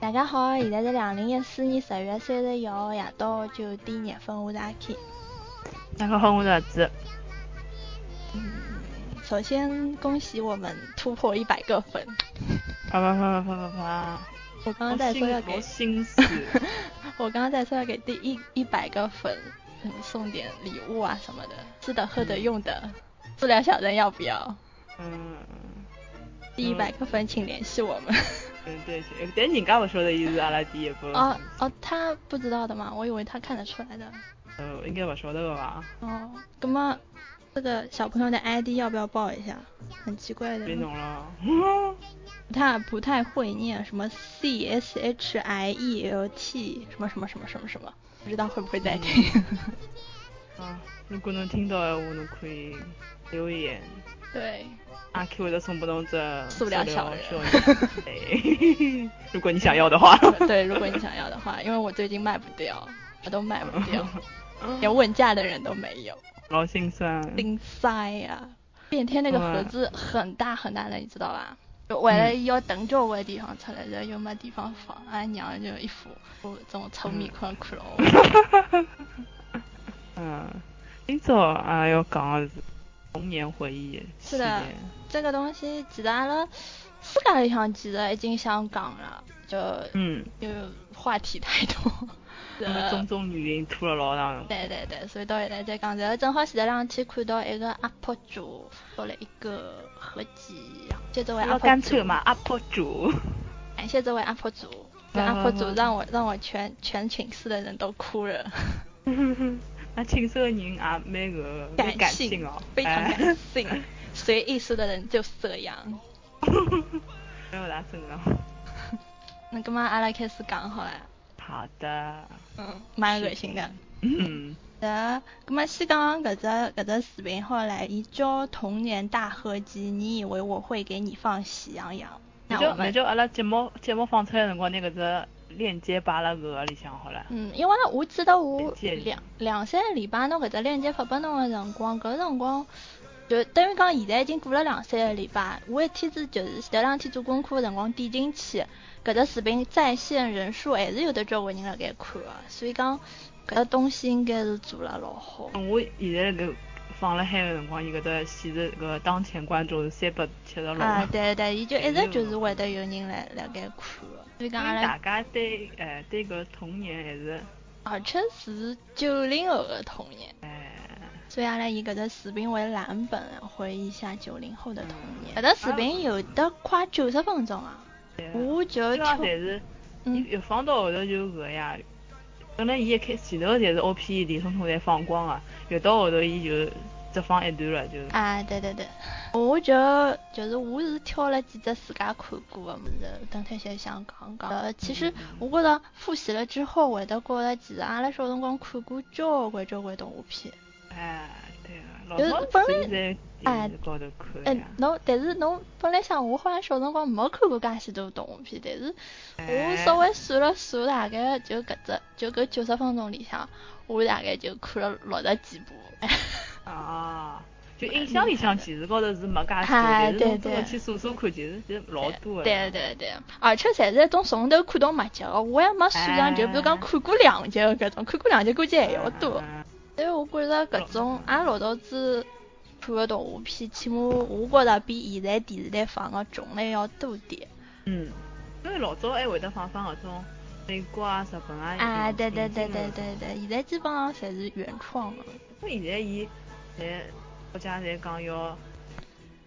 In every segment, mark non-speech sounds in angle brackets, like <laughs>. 大家好，现在是两零一四年十月三十一号夜到九点廿分，我是阿 K。大家好，我是盒子。嗯，首先恭喜我们突破一百个粉，啪啪啪啪啪啪啪。我刚刚在说要我给，心死。我刚刚在说要给第一一百个粉、嗯、送点礼物啊什么的，吃的、喝的、用的，治疗小人要不要？嗯，第一百个粉请联系我们。嗯对，但人家不晓得伊是阿拉第一波。哦哦，他不知道的嘛，我以为他看得出来的。呃，应该不晓得个吧？哦，那么这个小朋友的 ID 要不要报一下？很奇怪的，别弄了。 <laughs> 不太不太会念，什么 C S H I E L T 什么什么什么什么什么，不知道会不会在听。啊，如果侬听到的话，侬可以留言，啊对，阿 Q 会得送拨侬只塑料小人人。对，哎 <laughs> 如果你想要的话。 <laughs> <laughs> 对，如果你想要的话，因为我最近卖不掉，我都卖不 <laughs> 掉，连问价的人都没有，老心酸。零塞呀、变天那个盒子很大很大的，你知道吧？就为了要等交关地方出来，然后又没地方放，俺娘就一副我这种愁眉苦苦了。嗯，今朝啊要讲的是童年回忆系是列。的这个东西其实阿拉私家里向其实已经想讲了，就嗯，就话题太 <laughs> 多。那呃么种种原因拖了老长。对对对，所以到现在再讲，然后正好前头两天看到一个 UP 主做了一个合集，谢谢这位要干 UP 脆主，嘛，UP <laughs> 主。感谢这位 UP 主，这嗯 UP 主让我让我全全寝室的人都哭 <laughs> 了，那寝室的人也蛮搿个蛮感性哦，，非常哎感性，学艺术的人就是这样。 <laughs> 没有啦，哦真的。那干嘛阿拉开始讲好了？好的，嗯，蛮恶心的。嗯，呃，咁么先讲搿只搿只视频好了，伊叫《童年大合集》，你以为我会给你放喜羊羊？那那就我那们就阿拉节目节目放出来的辰光，拿搿只链接摆辣搿个里向好了。嗯，因为我记得我推荐两两三个礼拜，侬搿只链接发拨侬个辰光，搿辰光就等于讲现在已经过了两三个礼拜，我一天子就是前两天做功课个辰光点进去，搿只视频在线人数还是有得交关人辣盖看个，所以讲搿只东西应该是做了老好。嗯我现在搿放辣海个辰光，伊搿只显示搿当前观众是三百七十六。啊，对对，伊就一还直有就是会得有人来来盖看，所以讲阿因为大拉，家对呃对搿童年还是而且是九零后的童年，哎，所以阿拉以搿只视频为蓝本，回忆一下九零后的童年。搿只视频有的快九十分钟啊，对啊我就对啊，跳，侪是伊嗯，越放到后头就搿呀。本来伊一开前头侪是 O P E D，统统侪放光啊，越到后头伊就只放一段了，就啊，对对对，我就就是我是挑了几只自家看过的物事，等脱些想讲讲。呃，其实我觉着复习了之后，会得觉着其实阿拉小辰光看过交关交关动画片。哎，对啊，老就是早本来自己在电视高头看嗯呀，。侬但是侬本来想，我好像小辰光没看过介许多动画片，但是我哎稍微算了算，大概就搿只，就搿九十分钟里向，我大概就看了六十几部。 <laughs> 啊，就印象里向其实高头是没介多，哎但是对侬真对的去数数看，其实其实老多的。对对对，而且侪是一种从头看到末集个，我也没数上，就比如讲哎看过两集的搿种，看过两集估计还要多。嗯所以我觉着搿种俺老早子看个动画片，起码我觉着比现在电视台放个种类要多点。嗯，因为老早还会得放放搿种美国啊、日本啊。啊，有对种对引对进对的对对，现在基本上侪是原创的，因为现在伊侪国家侪讲要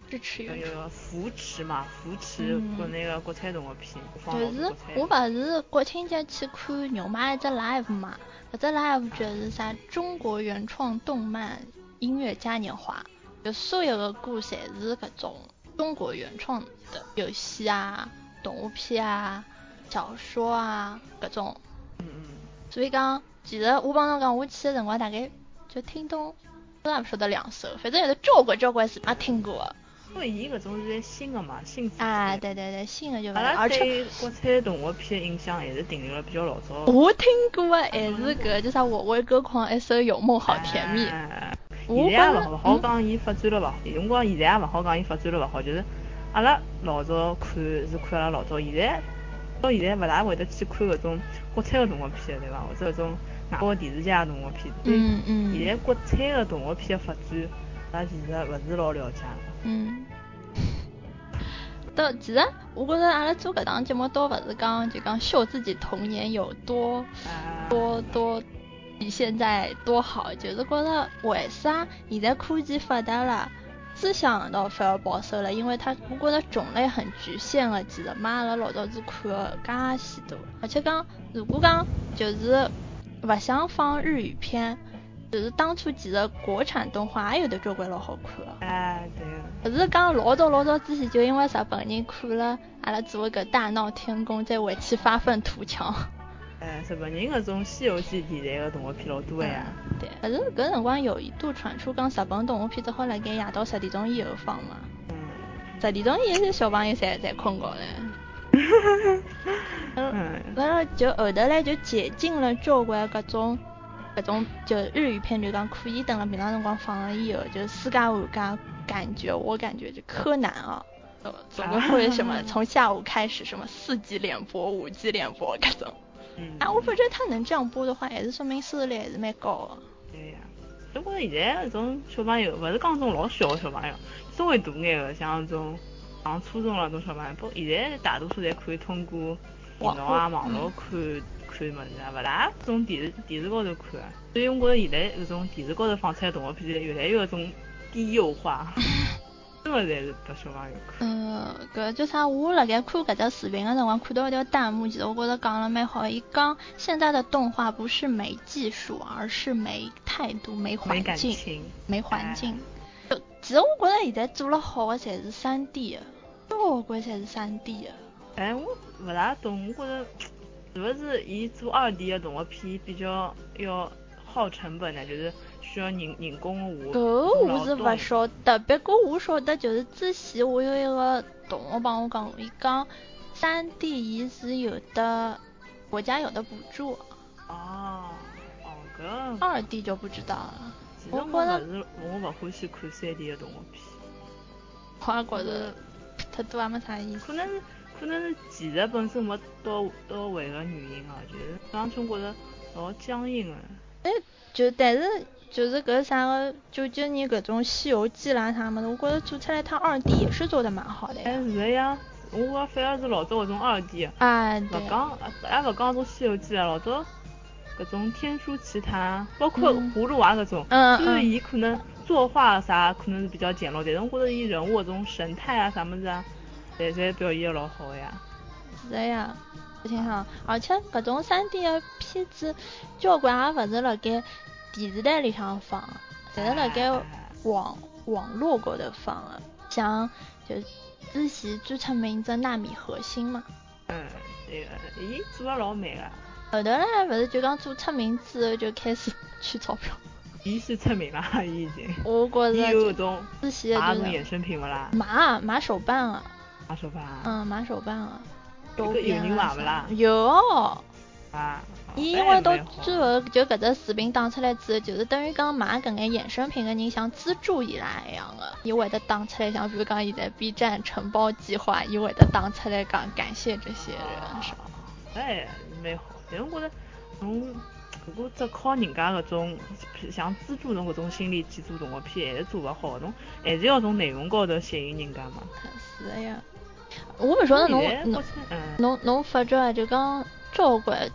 支持要原创。要呃扶持嘛，扶持嗯国内个国产动画片，放就老多是国产我勿是国庆节去看牛妈一只 live 嘛，搿只 live 就是啥中国原创动漫音乐嘉年华，就所有的歌侪是搿种中国原创的游戏啊、动画片啊、小说啊搿种。嗯嗯，所以讲，其实我帮侬讲，我去的辰光大概就听懂，我也勿晓得两首，反正有的交关交关是没听过的。因为伊搿种是新个嘛，新制啊，作对的。对对，新的就勿阿是，拉而且对国产动画片的印象还是停留了比较老早。我听过的还是搿叫啥《我为歌狂》一首《有梦好甜蜜》哎我现在也觉勿着好嗯讲伊发展了勿好，有辰光现在也勿好讲伊发展了勿好，就是阿拉老早看是看阿拉老早，现在到现在勿大会得去看搿种国产个动画片，对伐？或者搿种外国电视剧个动画片。嗯嗯现在国产个啊动画片个发展，咱其实勿是老了解。嗯， <laughs> 到其实我觉着阿拉做搿档节目倒勿是讲就讲秀自己童年有多啊多多比现在多好，就是觉着为啥现在科技发达了，思想倒反而保守了，因为它我觉着种类很局限的，其实没阿拉老早子看的介许多，而且讲如果讲就是勿想放日语片，就是当初其实国产动画也有得交关老好看的。哎，对个。不是讲老早老早之前，就因为日本人看了阿拉做搿大闹天宫，再回去发愤图强。哎，日本人搿种《西游记》题材个动画片老多个呀。嗯对，反正搿辰光有一度传出讲日本动画片只好辣盖夜到十点钟以后放嘛，嗯。十点钟以后小朋友侪侪困觉了。 <laughs> 嗯。然后就后头来就解禁了交关搿种搿种就日语片，就讲可以等了平常辰光放了以后，就世界玩家感觉我感觉就柯南 <laughs> 啊。呃，总归会什么，从下午开始什么四级联播、五级联播各种。嗯。啊，我不觉得他能这样播的话，还是说明收视率还是啊蛮高的。对呀，不过现在搿种小朋友，勿是讲种老小个小朋友，稍微大眼个，像搿种上初中了搿种小朋友，不过现在大多数侪可以通过电脑啊、网网络络看看物事啊，勿大从电视电视高头看啊。所以我觉着现在搿种电视高头放出来动画片，越来越搿种低幼化，真个侪是拨小朋友看。嗯，搿叫啥？我辣盖看搿只视频个辰光，看到一条弹幕，其实我觉着讲了蛮好。伊讲现在的动画不是没技术，而是没态度、没没环感境、情，哎没环境。就其实我觉着现在做了好的侪是三 D 啊的，交关侪是三 D 啊的。哎，我勿大懂，我觉着是勿是伊做二 D 的动画片比较要耗成本呢？就是需要人人工的搿活，我是勿晓得，别过我晓得就是之前我有一个同学帮我讲，伊讲三 D 伊是有的，国家有的补助，哦哦，搿二 D 就不知道了。其实我我觉勿得是我勿欢喜看三 D 的动画片，我也觉着太多也没啥意嗯可思。能是可能是技术本身没到到位个原因啊，就是当中觉着老僵硬个、哎就但是就是搿啥个九九年搿种《西游记》啦啥么子，我觉着做出来它二 D 也是做的蛮好的哎，呀。是个呀，我觉着反而是老早搿种二 D 的。哎，勿对，讲，也勿讲种《西游记》啊，老早搿种《天书奇谭》，包括嗯《葫芦娃》搿种，嗯虽然嗯，伊可能作画啥可能是比较简陋点，但我觉着伊人物搿种神态啊啥物事啊，侪侪表现得老好个呀。是的呀，不挺好。而且搿种三 D 的片子，交关也勿是辣盖电视台里向放，侪是辣盖哎网网络高头放的，像就之前最出名只纳米核心嘛。嗯，对个，伊做得老美个，后头嘞，勿是就讲做出名之后就开始圈钞 <laughs> 票，伊是出名了，伊已经。我觉伊有着搿种之前的买搿就种是衍生品勿啦？买买手办啊，买手办啊？嗯，买手办啊，有周个有边人啊买勿啦啥？有，啊，伊因为到哎蛮好最后就搿只视频打出来之后，就是等于讲买搿眼衍生品个人像资助伊拉一样个，伊会得打出来，像比如讲现在 B 站承包计划，伊会得打出来讲感谢这些人啥。哎，蛮好。但嗯我觉着，侬如果只靠人家搿种像资助侬搿种心理基础动画片，还是做勿好。侬还是要从内容高头吸引人家嘛。是的呀，我勿晓得侬现在侬好像嗯，侬侬发觉啊，就讲交关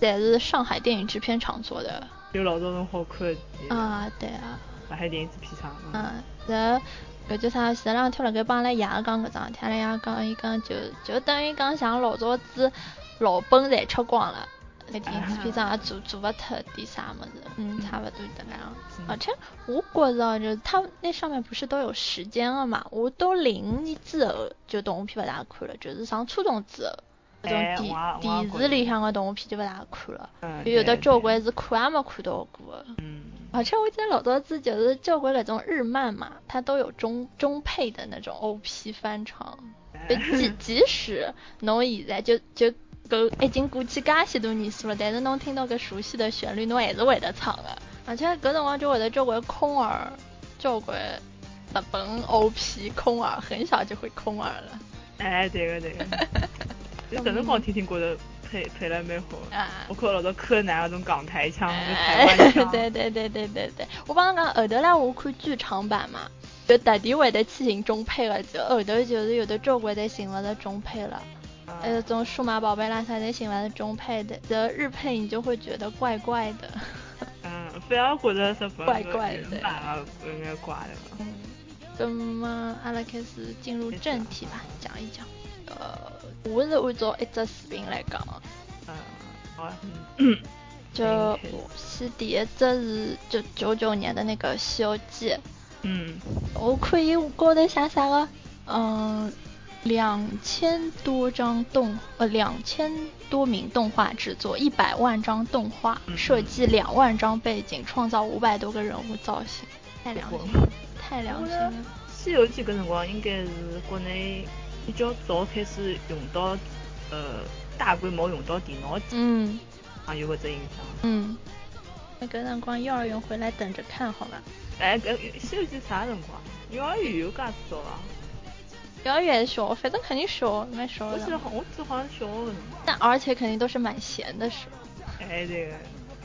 侪是上海电影制片厂做的有老多种好看的，啊，对啊。上海电影制片厂。嗯，嗯，然后搿叫啥？前两天辣盖帮阿拉爷讲搿桩事体，阿拉爷讲伊讲就就等于讲像老早子老本侪吃光了，那电影制片厂也做做勿脱点啥物事，嗯，差勿多迭个样子。嗯而且我觉呃着就是他那上面不是都有时间了嘛？我到零五年之后就动画片勿大看了，就是上初中之后，搿哎种我电电也我也觉视得里向个动画片就勿大看了，嗯就有的对交关是看也没看到过的。对嗯，而且我记得老多次就是交关搿种日漫嘛，它都有中中配的那种 OP 翻唱，就即即使侬现在就就搿已经过去介许多年数了，但是侬听到搿熟悉的旋律，侬还是会得唱的。而且搿辰光就会得交关空耳，交关日本 OP 空耳，很小就会空耳了。 <laughs> 哎，对个对个。就搿辰光听听觉着配配了蛮好。啊包，括老早柯南那种港台腔、就台湾哎 <laughs> 腔，对对对对对对，我帮侬讲，后头来我看剧场版嘛，就特地会得去寻中配了，就后头就是有的交关侪寻勿着中配了，啊还有哎种数码宝贝啦啥侪寻勿着中配的，然后日配你就会觉得怪怪的。嗯，反而觉得日本怪个怪原的版啊应该怪的吧。嗯，那么阿拉开始进入正题吧，讲一讲。呃，我是按照一只视频来讲的，嗯，好啊， <coughs> 就嗯我先第一只是就九九年的那个《西游记》，嗯我看伊高头写啥个，嗯，啊两千多张动呃两千多名动画制作，一百万张动画，嗯设计两万张背景，创造五百多个人物造型，太良心了，太良心了。嗯，《西游记》搿辰光应该是国内比较早开始用到，呃，大规模用到电脑机嗯啊，有搿只印象。嗯，那个辰光幼儿园回来等着看好吧。哎，搿《西游记》啥辰光？幼儿园有介早啊？幼儿园小，反正肯定小，蛮小我记得的。好，我记得好像小学辰光。但而且肯定都是蛮闲的时候。哎，对个，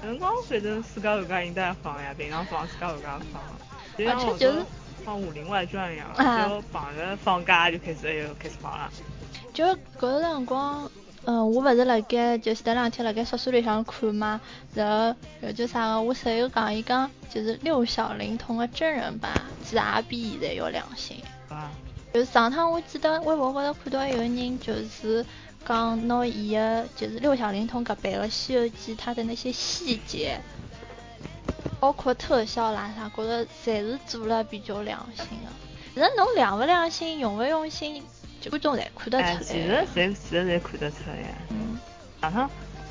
搿辰光反正自家后家应该放呀，平常放自家后家放，就像而我且就是说放《武林外传》一样，啊就放着放假就开始哎呦开始放了。就搿辰光，嗯，我勿是辣盖就是前两天辣盖宿舍里向看嘛，然后有就啥个，我室友讲伊讲，就是六小龄童的真人版，其实也比现在要良心。啊，就是上趟我记得微博高头看到有人就是讲拿伊个就是六小龄童搿版个《西游记》它的那些细节，包括特效啦啥，觉着侪是做了比较良心个。人侬良勿良心，用勿用心，就观众侪看得哎，出其来实。侪其实侪看得出来。嗯，上趟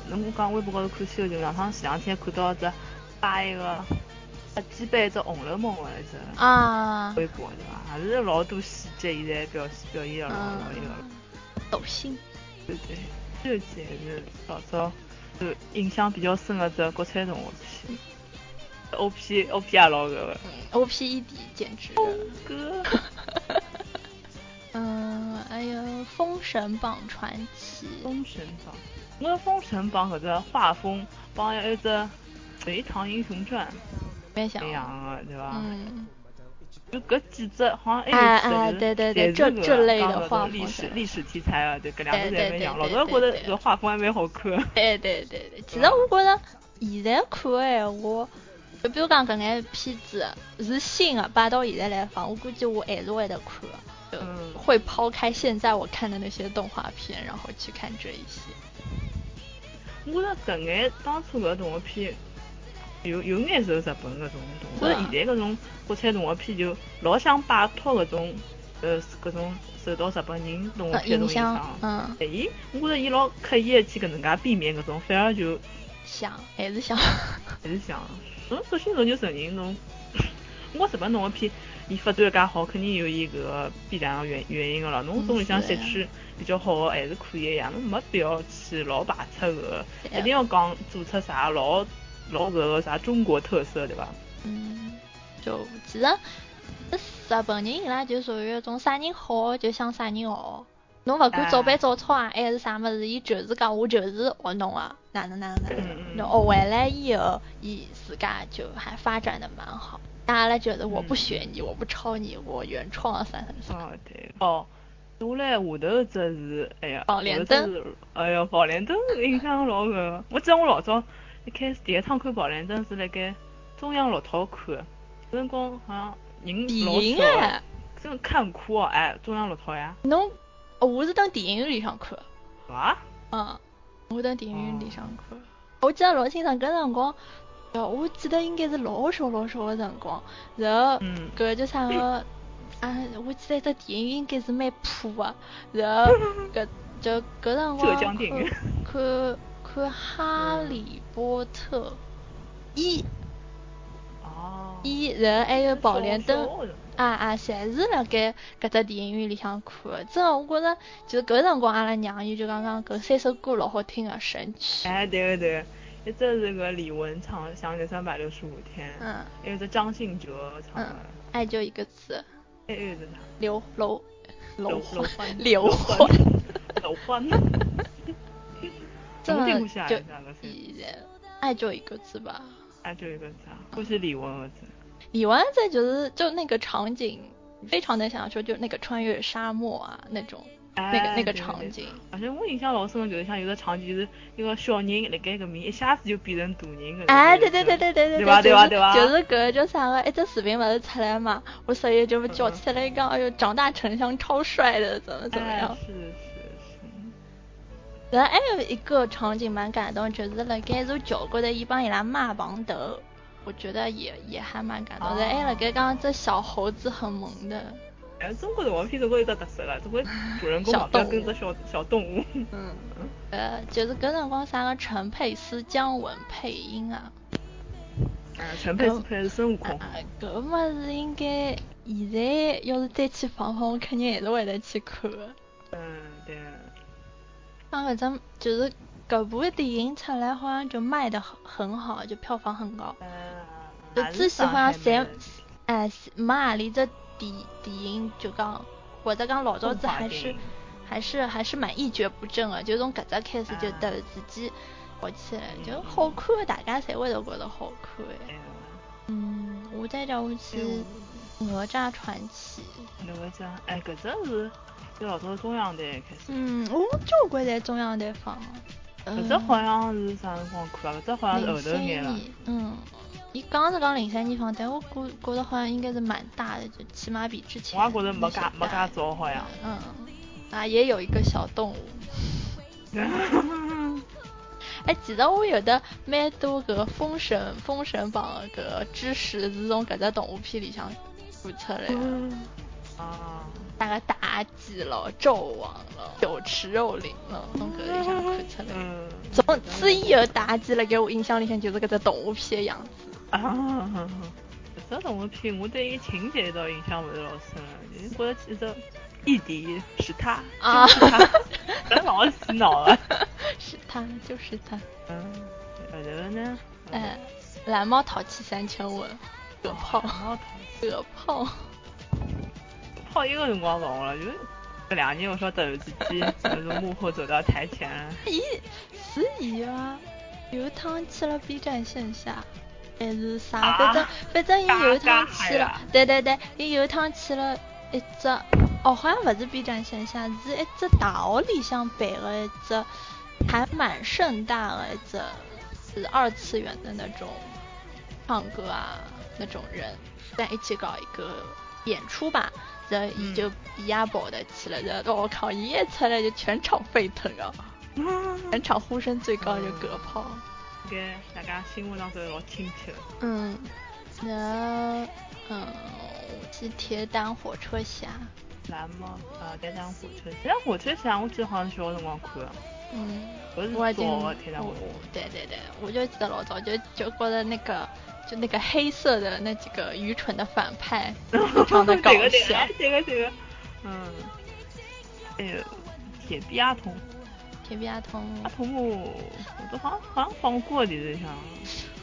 侬我讲微博高头看《西游记》，上趟前两天看到一只发一个搭鸡背一只《红楼梦》的一只啊，微博对伐？也是老多细节，现在表表现了老老一个。抖心。对对，《西游记》还是老早就印象比较深的只国产动画片。O P O P 也老搿个， O P E D 简 <laughs> 直了。搿嗯，还有《封神榜传奇》。封神榜，我觉得封神榜搿只画风帮还有一只《隋唐英雄传》没想一到。样的，对伐？嗯。就搿几只好像还有哎几只哎就是对对对也是这搿这类的讲搿种画历风史对历史题材啊，对搿两对只对侪对蛮像。老对早对觉得对搿画风还蛮好看。对对对对，其实我觉着现在看的闲话，就比如讲搿眼片子是新的，摆到现在来放，我估计我还是会得看的。嗯就会抛开现在我看的那些动画片，然后去看这一些。我觉着搿眼当初搿动画片有有眼受日本搿种动画，我觉啊着现在搿种国产动画片就老想摆脱搿种呃搿种受到日本人动画呃，片搿种影影响响，。嗯，哎，伊我觉着伊老刻意地去搿能介避免搿种，反而就想还是想，还是想，侬嗯首先侬就承认侬， <coughs> 我日本动画片伊发展得介好，肯定有伊搿个必然的原原因个了。侬嗯从里向是吸的取比较好的还是可以个呀，侬没必要去老排斥搿个，对一定要讲做出啥老老搿个啥中国特色对伐？嗯，就其实日本人伊拉就属于一种啥人好就向啥人学，侬勿管照啊搬照抄啊，还是啥物事，伊就是讲我就是学侬啊，哪能哪能哪能。嗯那学回来以后，伊自家就还发展的蛮好。但阿拉觉得我不学你，我不抄你，我原创啥啥啥。哦对，哦。接下来下头一只是，哎呀，宝莲灯下头只是，哎呀，宝莲灯印象老搿个。我记得我老早一开始第一趟看宝莲灯是辣盖中央六套看的，搿辰光好像人电老影少的，哎，真的看哭哦，哎，中央六套呀，侬，哦我是等电影院里向看，啊，嗯，我等电影院里向看。我记得老清爽，搿辰光，呃我记得应该是老小老小的辰光，然后嗯，搿叫啥个？啊，我记得这电影应该是蛮破的，然后搿就搿辰光浙江电影看看《哈利波特》一哦，一，然后还有《宝莲灯》小小的啊啊，侪是辣盖搿只电影院里向看的。真的，我觉着就搿辰光阿拉娘伊就讲讲搿三首歌老好听个神曲，哎，对对对，一只是搿李玟唱的《想你三百六十五天》，嗯，还有一只张信哲唱的，爱嗯就一个字，还有一只啥？刘楼楼楼楼欢，刘楼欢， <laughs> 楼欢，真侬的听过下来就是哪个三？一爱就一个字吧。啊，就一个啥？欢喜李玟儿子。李玟在就是就那个场景，非常的想说，就那个穿越沙漠啊那种，那个哎那个对场对景。而且我印象老深的就是像有个场景是一个小人辣盖搿面，一下子就变成大人搿种。哎，对对对对对对对吧对吧对吧就是就是哎搿叫啥个，一只视频勿是出来嘛，我所以就嗯叫起来讲，哎哟，长大成像超帅的，怎么怎么样哎？是是然后还有一个场景蛮感动，就是辣盖做桥高头，伊帮伊拉妈碰头，我觉得也也还蛮感动的。哦哎，辣盖讲这小猴子很萌的，是，哎，中国动画片总归有只特色啦，总归主人公小嘛不要动跟物着小小动物。 <laughs> 嗯，呃，就是搿辰光啥个陈佩斯、姜文配音啊，啊，全嗯配是配是孙悟空。啊，搿物事应该现在要是再去放放，我肯定还是会得去看的。嗯，对。啊，反正就是搿部电影出来好像就卖的很很好，就票房很高。嗯，就还是最喜欢上海谁美？哎，马里这电电影就讲，或者讲老早子动画还电是影还是还是蛮一蹶不振的，就从搿只开始就啊突然之间火起来，就嗯好看的，大家侪会得觉得好看的。哎嗯，我再叫我去哎《哪我吒传奇》。哪个讲？哎，搿只是就老早中央台开始，嗯，我交关在中央台放。搿嗯，只好像是啥辰光看啊？搿只好像是零后头三眼了年。，嗯，伊刚是讲零三年放，但我觉觉得好像应该是蛮大的，就起码比之前我也觉得没介那些没大介早，好像。嗯，啊，也有一个小动物。 <laughs> 哎，其实我有的蛮多搿《封神》《封神榜》搿知识是从搿只动画片里向看出来的，嗯啊，大概妲己了、纣王了、酒池肉林了，从搿里向看出来的。嗯，从此以后，妲己辣盖我印象里向就是搿只动画片的样子。 <laughs> 啊，搿只动画片我对伊情节倒印象勿是老深了，就是觉着其实异敌是他， <laughs> 啊就是他，搿老洗 <laughs> 脑了。是他，就是他。嗯，后头呢？哎，蓝猫淘气三千问，葛炮，后头葛炮。泡一个辰光勿红了，就是搿两年我说突然之间从幕后走到台前了。咦，是伊啊？有一趟去了 B 站线下，还是啥？啊反正反正伊有一趟去嘎嘎嗨了呀，对对对，伊有一趟去了一只，哦，好像勿是 B 站线下，是一只大学里向办的一只，还蛮盛大的一只，是二次元的那种唱歌啊那种人，在一起搞一个演出吧。然后伊就伊也跑得去了，然后我靠，伊一出来就全场沸腾啊！全场呼声最高就葛炮。跟大家心目当中老亲切了。嗯，然后嗯，我记得铁胆火车侠，蓝猫呃，铁胆火车，铁胆火车侠我记得好像小学辰光看的，嗯，不是我已经做的铁胆火车我对对对，我就记得老早就就觉得那个就那个黑色的那几个愚蠢的反 <laughs> 派非常的搞这个这个笑哎。这个这个，嗯，还有铁臂阿童，铁臂阿童，阿童木，我都好像好像放过的这像，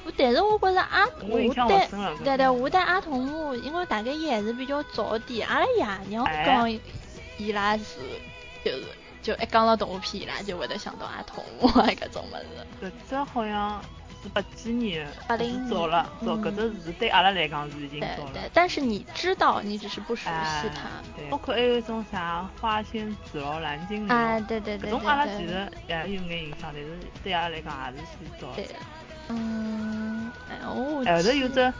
我但是我觉得阿我印象对老深了对对，我对阿童木，因为大概也还是比较早点，阿拉爷娘哎讲伊拉是就是。就一讲到动画片，伊拉就会得想到阿童木啊搿种物事。搿只好像是八几年的，八零早了，嗯早搿只是对阿拉来讲是已经对早了对。，但是你知道，你只是不熟哎悉它。对包括还有一种啥啊花仙子咯、蓝精灵，哎，对对对搿对种阿拉对其对。实也哎有眼影响，但是对阿拉来讲也是算早了。对，嗯，哎我哎，后头有记只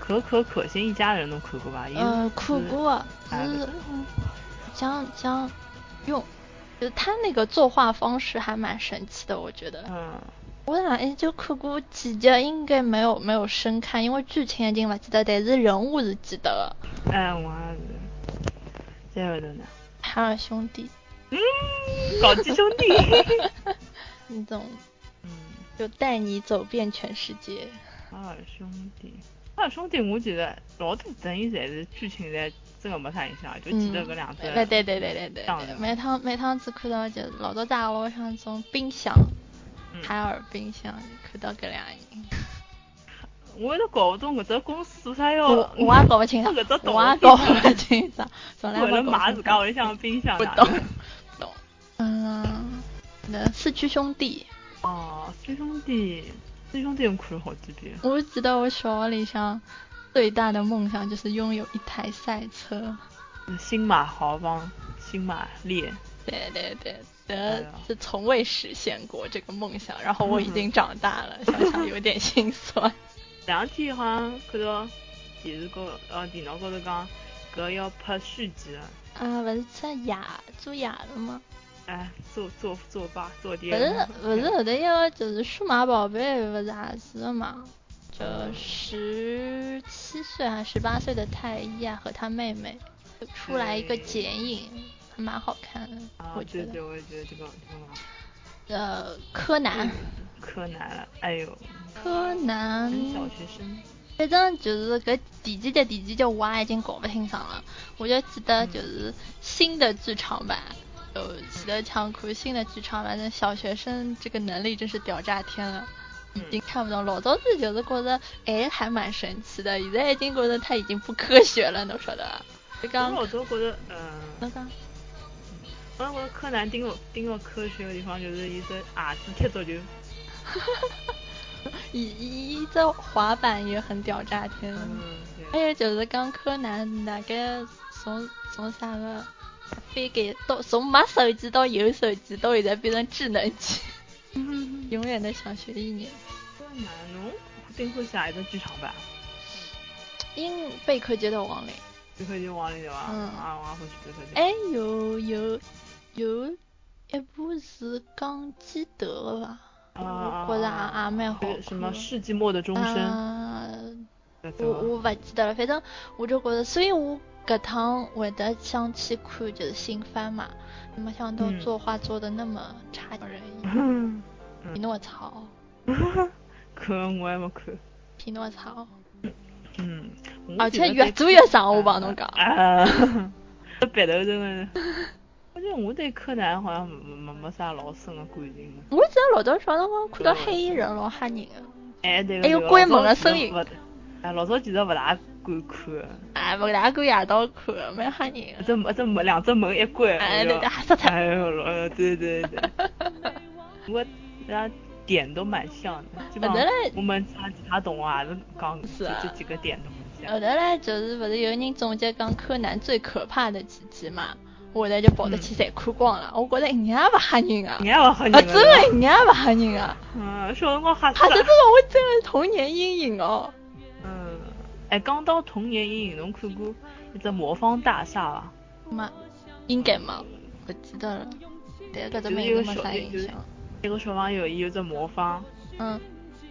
可可可心一家人，侬看过伐？伊是呃，嗯看过，哎搿是只讲讲用，就他那个作画方式还蛮神奇的，我觉得。嗯，我好像就看过几集，应该没有没有深看，因为剧情已经勿记得，但是人物是记得的。哎，我也是。再后头呢？海尔兄弟， <laughs> 嗯，搞基兄弟。那种嗯，就带你走遍全世界。花儿兄弟，花儿兄弟，我记得老多等于侪是剧情侪真的没啥印象，就记得搿两只。嗯对对对对对对当然对，每趟每趟子看到就老早在阿拉屋里向种冰箱，嗯海尔冰箱看到搿两个人，我一直搞不懂搿只公司做啥要。我我也搞不清搿只爽，懂我也搞不 <laughs> 清爽，从来为了没搞买清自家爽屋，里向的冰箱不哪能懂不懂。嗯，那四驱兄弟，哦，三兄弟，三兄弟我看了好几遍。我记得我小学里向最大的梦想就是拥有一台赛车。新马豪帮，新马烈。对对对，哎呃呀，是从未实现过这个梦想，然后我已经长大了，想想有点心酸。前两天好像看到电视高呃电脑高头讲，搿要拍续集了， <laughs> 啊，不是吃哑做哑了吗？哎，作作作罢作不颠。是不是，后头一个就是数码宝贝，不是也是的嘛？就嗯十七岁还是十八岁的太一啊和他妹妹就出来一个剪影，还蛮好看的，嗯啊，我觉对对，得。我也觉得这个这个呃，柯 <laughs> 南，柯南了，哎呦，柯南，真小学生。反正就是搿第几集第几集我也已经搞不清爽了，我就记得就是新的剧场版，有记得强看新的剧场版，那小学生这个能力真是屌炸天了。嗯已经看不懂，老早子就是觉着，哎，还蛮神奇的。现在已经觉着它已经不科学了，侬晓得伐？就我讲，老早觉着，侬嗯，讲，我觉着柯南顶个顶个科学个地方就是伊只鞋子踢足球， <laughs> 伊伊伊这滑板也很屌炸天。嗯，还对，有就是讲柯南大概从从啥个翻盖到从没手机到有手机到现在变成智能机，嗯永远的小学一年。柯南侬顶欢喜哪一只剧场版？因贝克街的亡灵，最后就王力对伐？嗯啊，我也欢喜最后就。哎，有有有一部是讲基德的吧？啊，我觉着也也蛮好就是看。什么世纪末的钟声，啊对我吧我勿记得了，反正我就觉着，所以我搿趟会得想去看就是新番嘛，没想到嗯作画做的那么差劲人意。 <laughs> 嗯匹诺曹，看我还没看，匹诺曹，嗯，我而记且得越对做越上，我帮侬讲。啊，这鼻头真的是，而且我对柯南好像没没没啥老深的感情了。我记得老早小辰光看到黑衣人老吓人的，哎，对个还对有个。关门的声音老早其实不哎，老早其实勿大敢看，哎，勿大敢夜到看，蛮吓人 <laughs> 一的。只门一只门两只门一关，哎，我对就对，吓死他。哎呦，老对 <laughs> 对对，我俩点都蛮像的，基本啊对上嘞我们其他其他动画也是讲是这啊这几个点都蛮后头像。嘞，就是勿是有人总结讲柯南最可怕的几集嘛？我后来就跑得去侪看光了，我觉着一眼也勿吓嗯人啊你，也勿好你啊，们真的一眼也勿吓人 <laughs> 啊。嗯，小辰光吓死吓得这了个。我真的童年阴影哦。嗯，哎，讲到童年阴影，侬看过一只魔方大厦伐？嘛，应该嘛，不记得了，但搿只名字没啥印象。一个小朋友伊有只魔方，嗯，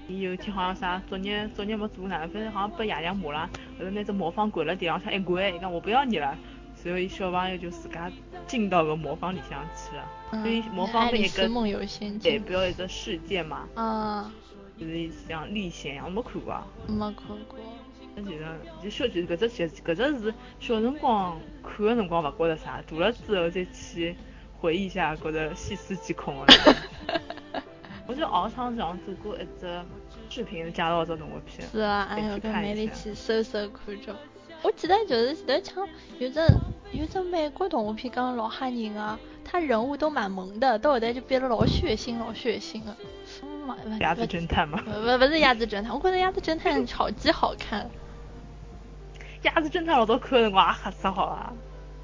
伊有一天好像啥作业作业没做哪能，反正好像被爷娘骂了，后头拿只魔方掼了地浪向一掼，伊哎讲我不要你了。随后伊小朋友就自家进到个魔方里向去了，所以嗯，魔方爱是丽一丝个梦游仙代境。表一个世界嘛，啊，就是像历险一样，没看过啊。没看过。那其实就小就搿只其实搿只是小辰光看个辰光勿觉着啥，大了之后再去回忆一下，觉着细思极恐 <laughs> 个。我就敖厂长做过一只呃视频，介绍只动画片，是啊，哎呦，得去搿看一没力下气搜搜看着。我记得就是前头像有只有只美国动画片讲老吓人啊，他人物都蛮萌的，到后头就变得老血腥老血腥的。嗯嘛， 《鸭子勿侦探》嘛，勿勿是鸭子侦探，我觉得鸭子侦探好鸡好看。 《鸭子侦探》老早看个辰光也吓死好伐？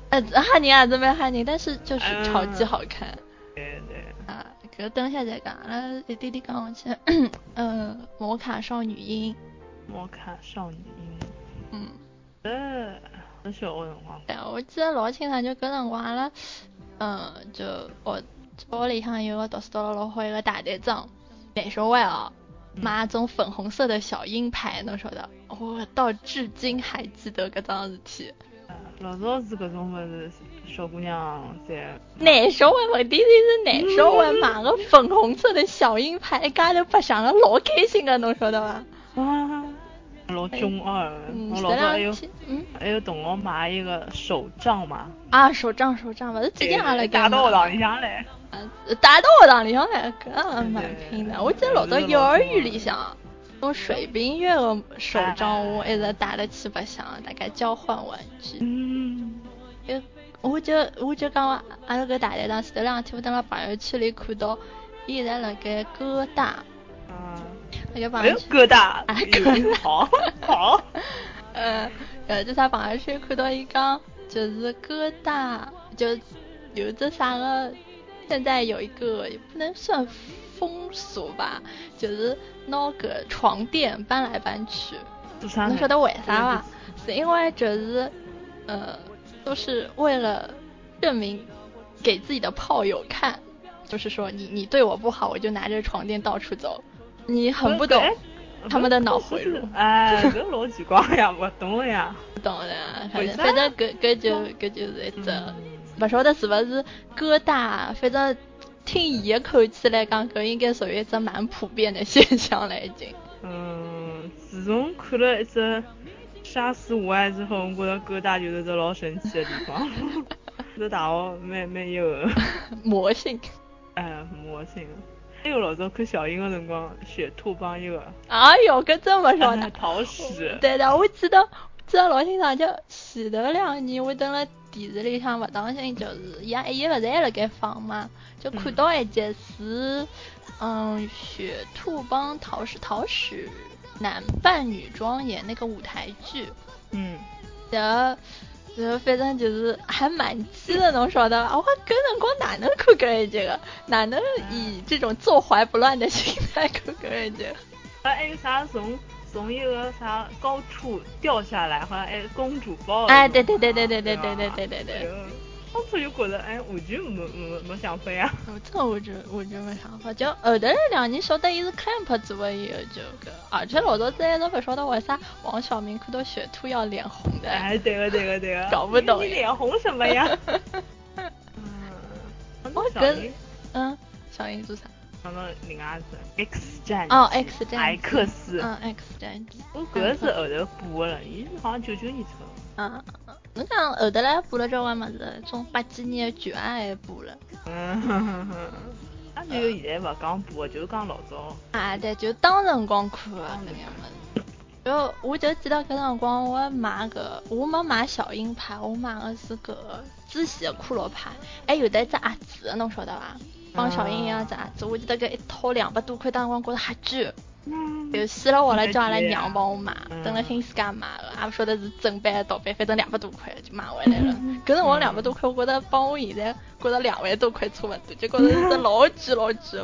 呃，吓人啊，真蛮吓人，但是就是嗯炒鸡好看、对对，啊。搿等一下再讲，阿拉一点点讲下去。 <clears throat> 呃，摩卡少女樱，我看少女樱，嗯，呃，很小个辰光，对，啊我记得老清爽，就搿辰光阿拉，呃，就学屋里向有个读书到了老好一个大队长，美术外哦，嗯买一种粉红色的小鹰牌，侬晓得？我到至今还记得搿桩事体。呃老早是搿种物事，小姑娘在难受啊！问题是难受啊！买个粉红色的小鹰牌，一家头白相个老开心个，侬晓得伐？啊，老中二的，哎嗯，我前老早还两有天，嗯，还有同学买一个手杖嘛，啊，手账手账，勿是最近阿拉打到学学堂里向来，呃打到学堂里向来，搿也蛮拼的。我记得老早幼儿园里向，种水冰月个手账我一直打得起白相，大概交换玩具。嗯，我就我就讲阿拉搿大队长前头两天我登辣朋友圈里看到，伊现在辣盖哥大，啊，辣盖朋哎友呦，圈疙瘩啊，有疙瘩好 <laughs> 好，呃，呃，就啥朋友圈看到伊讲，就是哥大，就有只啥个，现在有一个也不能算风俗吧，就是拿个床垫搬来搬去，做啥呢？侬晓得为啥伐？嗯是因为就是，呃，都是为了证明给自己的炮友看，就是说你你对我不好，我就拿着床垫到处走，你很不懂哎他们的脑回路。哎，搿老奇怪呀， <laughs> 勿懂了呀。不懂的啊，反为正啥反正搿搿就搿就是一只，勿晓得是勿是疙瘩，反正听伊的口气来讲，搿应该属于一只蛮普遍的现象了已经。 <laughs> 嗯，自从看了一只《杀死我爱》之后，我觉着疙瘩就是只老神奇的地方。 <laughs> 这大学蛮蛮有 <laughs> 的，魔性哎，魔性的。还有老早看小樱的辰光，雪兔帮一个哎哎哟，搿真勿晓得。 <laughs> 桃矢，对的，我记得记得老清爽，就前头两年我蹲辣电视里向勿当心，就是伊也伊勿是还辣盖放嘛，就看到一集是嗯雪兔帮桃矢桃矢男扮女装演那个舞台剧，嗯，然后。然后反正就是还蛮鸡的， <laughs> 侬晓得伐？我搿辰光哪能看搿一集个？哪能以这种坐怀不乱的心态看搿一集？还还有啥从从一个啥高处掉下来，好像还公主抱了。哎，对对对对对对对吧对对对对。。哎呦当初就觉得，哎，完全没没没想飞啊。我这我就我就没想法，就后头两年晓得伊是 clamp 做的以后就搿，而且老早子还是勿晓得为啥王晓明看到雪兔要脸红的。哎，对个对个对 <laughs> 个，搞不懂你呀你脸红什么 <laughs> 呀？嗯，我小跟林嗯，小樱做啥？想到另外一只 X 战哦，X 战艾警克斯，嗯，X 战警。我搿个是后头补的了，伊是好像九九年 <laughs> 出的，嗯，侬讲后头来补了交关物事，从八几年的旧爱也补了。嗯 <laughs> 哼哼哼，那就现在勿讲补的，就是讲老早，啊，对，就当辰光啊看的搿眼物事。就我就记得搿辰光我买个，我没买小鹰牌，我买的是搿支喜的骷髅牌，还有得一只盒子的，侬晓得伐？帮小鹰一样一只盒子，我记得搿一套两百多块，当辰光觉着哈贵。嗯就死了活了叫阿拉娘帮我买，等了嗯新世界买的，啊也勿晓得是正版还是盗版，反正两百多块就买回来了。搿辰光两百多块，我觉得帮我现在觉着两万多块差勿多，就觉着是只老贵老贵的物事。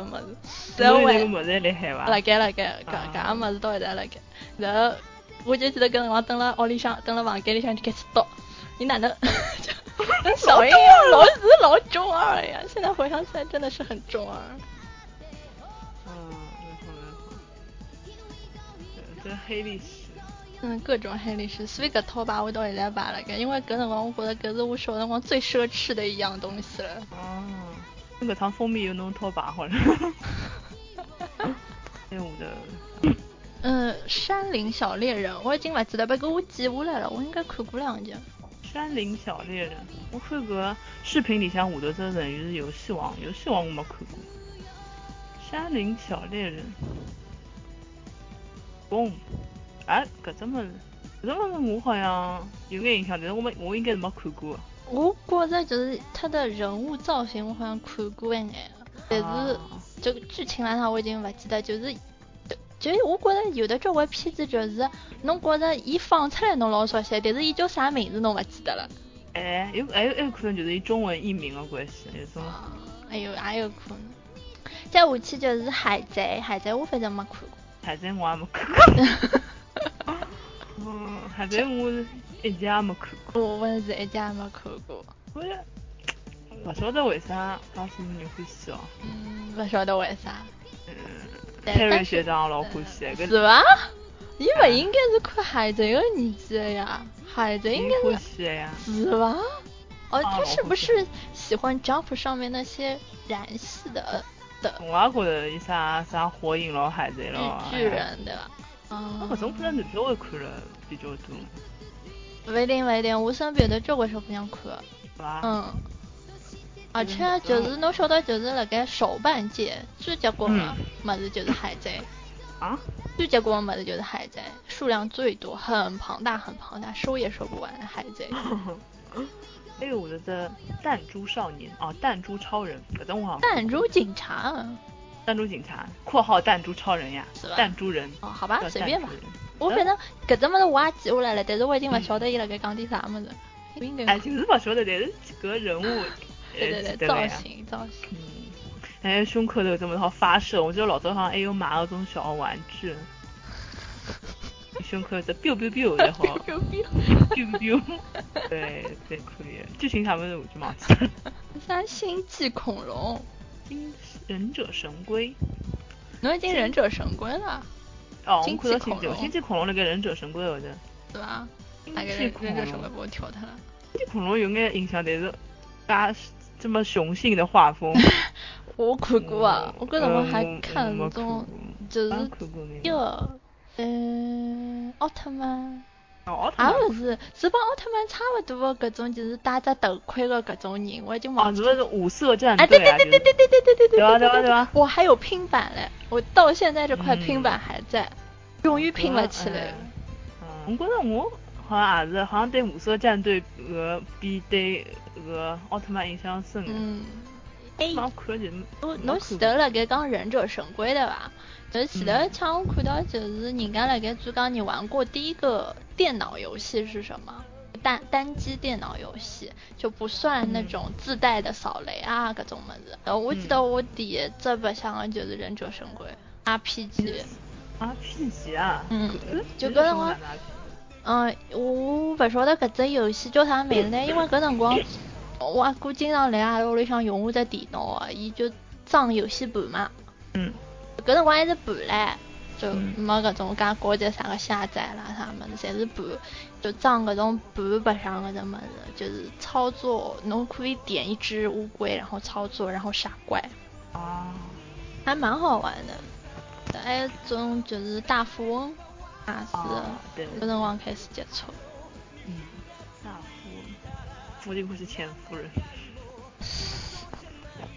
然后侬我有还那个物事厉害伐辣？盖辣盖，搿搿个物事到现在辣盖。然后我就记得搿辰光蹲辣屋里向，蹲辣房间里向就开始倒。你哪能？ <laughs> 就小一老是老中二呀！现在回想起来真的是很中二。嗯，蛮好蛮好，对这是黑历史，嗯，各种黑历史，所以搿套吧，我到现在摆辣盖，因为搿辰光我觉得搿是我小辰光最奢侈的一样东西了。哦，那搿趟封面有侬套把好了，哎我的，嗯，山林小猎人，我已经勿记得，不过我记下来了，我应该看过两集。山林小猎人，我看过视频里向下头这个人鱼是游戏王，游戏王我没看过。山林小猎人，嘣，哎，搿只物事，搿只物事我好像啊有眼印象，但是我没，我应该是没看过。我觉着就是他的人物造型，我好像看过一眼了，但是啊就剧情啦啥我已经勿记得，就是。就就是我觉着有的交关片子就是，侬觉着伊放出来侬老熟悉，但是伊叫啥名字侬勿记得了。哎，有还有还有可能就是伊中文译名的关系，有种啊，哎呦，也有可能。再下去就是海贼，海贼我反正没看过。海贼我也没看过。嗯，海贼我是一集也没看过。我哦我也是一家也没看过，我也勿晓得为啥当时你欢喜哦。嗯嗯，不晓得为啥。对泰瑞但学是长老欢喜，搿是呃伐？伊勿嗯应该是看海贼个年纪的呀，海贼应挺该欢是喜的呀。是伐？哦，啊他我是不不知是喜欢 Jump 上面那些燃系的的我也觉得伊啥啥火影咯、海贼咯，巨人对伐？哎呀，哦哎我搿种可能男小孩看了比较多，勿一定勿一定，我身边有的交关小姑娘看。是伐？嗯，啊而且就是嗯侬晓得，就是辣盖手办界最结棍的嗯么子就是海贼，啊，最结棍的么子就是海贼，数量最多，很庞大，很庞大，收也收不完的海 <laughs> 贼。还有我的这弹珠少年哦，弹珠超人，搿种我好像弹珠警察啊，弹珠警察（括号弹珠超人呀是吧），弹珠人。哦，好吧叫，随便吧弹珠。人嗯我反正搿只物事我也记下来了，但是我已经勿晓得伊辣盖讲点啥物事。我应该哎，就是勿晓得，但是搿人物对 <laughs> 对呃记对，得造了呀。型造型。嗯，哎，胸口头这么套发射，我记得老早好像还有买那种小玩 <laughs> 具，胸口这 biu biu biu 然后 <laughs> Biu biu biu biu，对，对，可以。剧情啥么子我就忘 <laughs> 记了。 biu 啥星际恐龙？金忍者神龟，侬已经忍者神龟了，哦，我星们际看到星恐际，龙星际恐龙那个忍者神龟后头，对吧？星那个际忍恐忍者龙，神龟星被我跳脱了。际恐龙有眼印象，但是加这么雄性的画 <laughs> 风，我看过啊嗯，我搿辰光还嗯看没那种看过就是呃没看过那一个，个，嗯，奥特曼，哦，奥特也曼勿是，是帮奥特曼差勿多的搿种，就是戴只头盔的搿种人，我已经啊，忘记这了。个是五色战哎，对队对啊，对对对就是对对对对对对对吧对啊吧对嗯吧我还有拼板嘞，我到现在这块拼板还在，终于拼了起来了。嗯，我觉着我好像也是，好像对五色战队搿个比对搿个奥特曼印象深。嗯，哎，蛮看就是侬侬前头辣盖讲忍者神龟对伐？就是前头嗯抢我看到就是人家辣盖就讲你玩过第一个电脑游戏是什么？单单机电脑游戏就不算嗯那种自带的扫雷啊，各种么子。然后我记得我第一只白相的就是忍者神龟 RPG， RPG 啊，嗯搿就搿搿辰是什光么版的 RPG 嗯，我勿晓得搿只游戏叫啥名字呢，因为搿辰光我阿哥经常来阿拉屋里向用我只电脑啊，伊就装游戏盘嘛。嗯，搿辰光还是盘唻，就嗯没搿种介高级啥个下载啦啥物事，侪是盘，就装搿种盘白相搿只物事，就是操作，侬可以点一只乌龟，然后操作，然后杀怪，啊，还蛮好玩的。还有种就是大富翁，也哦是对搿辰光开始接触。嗯，大夫，我就会是前 <laughs> 夫人。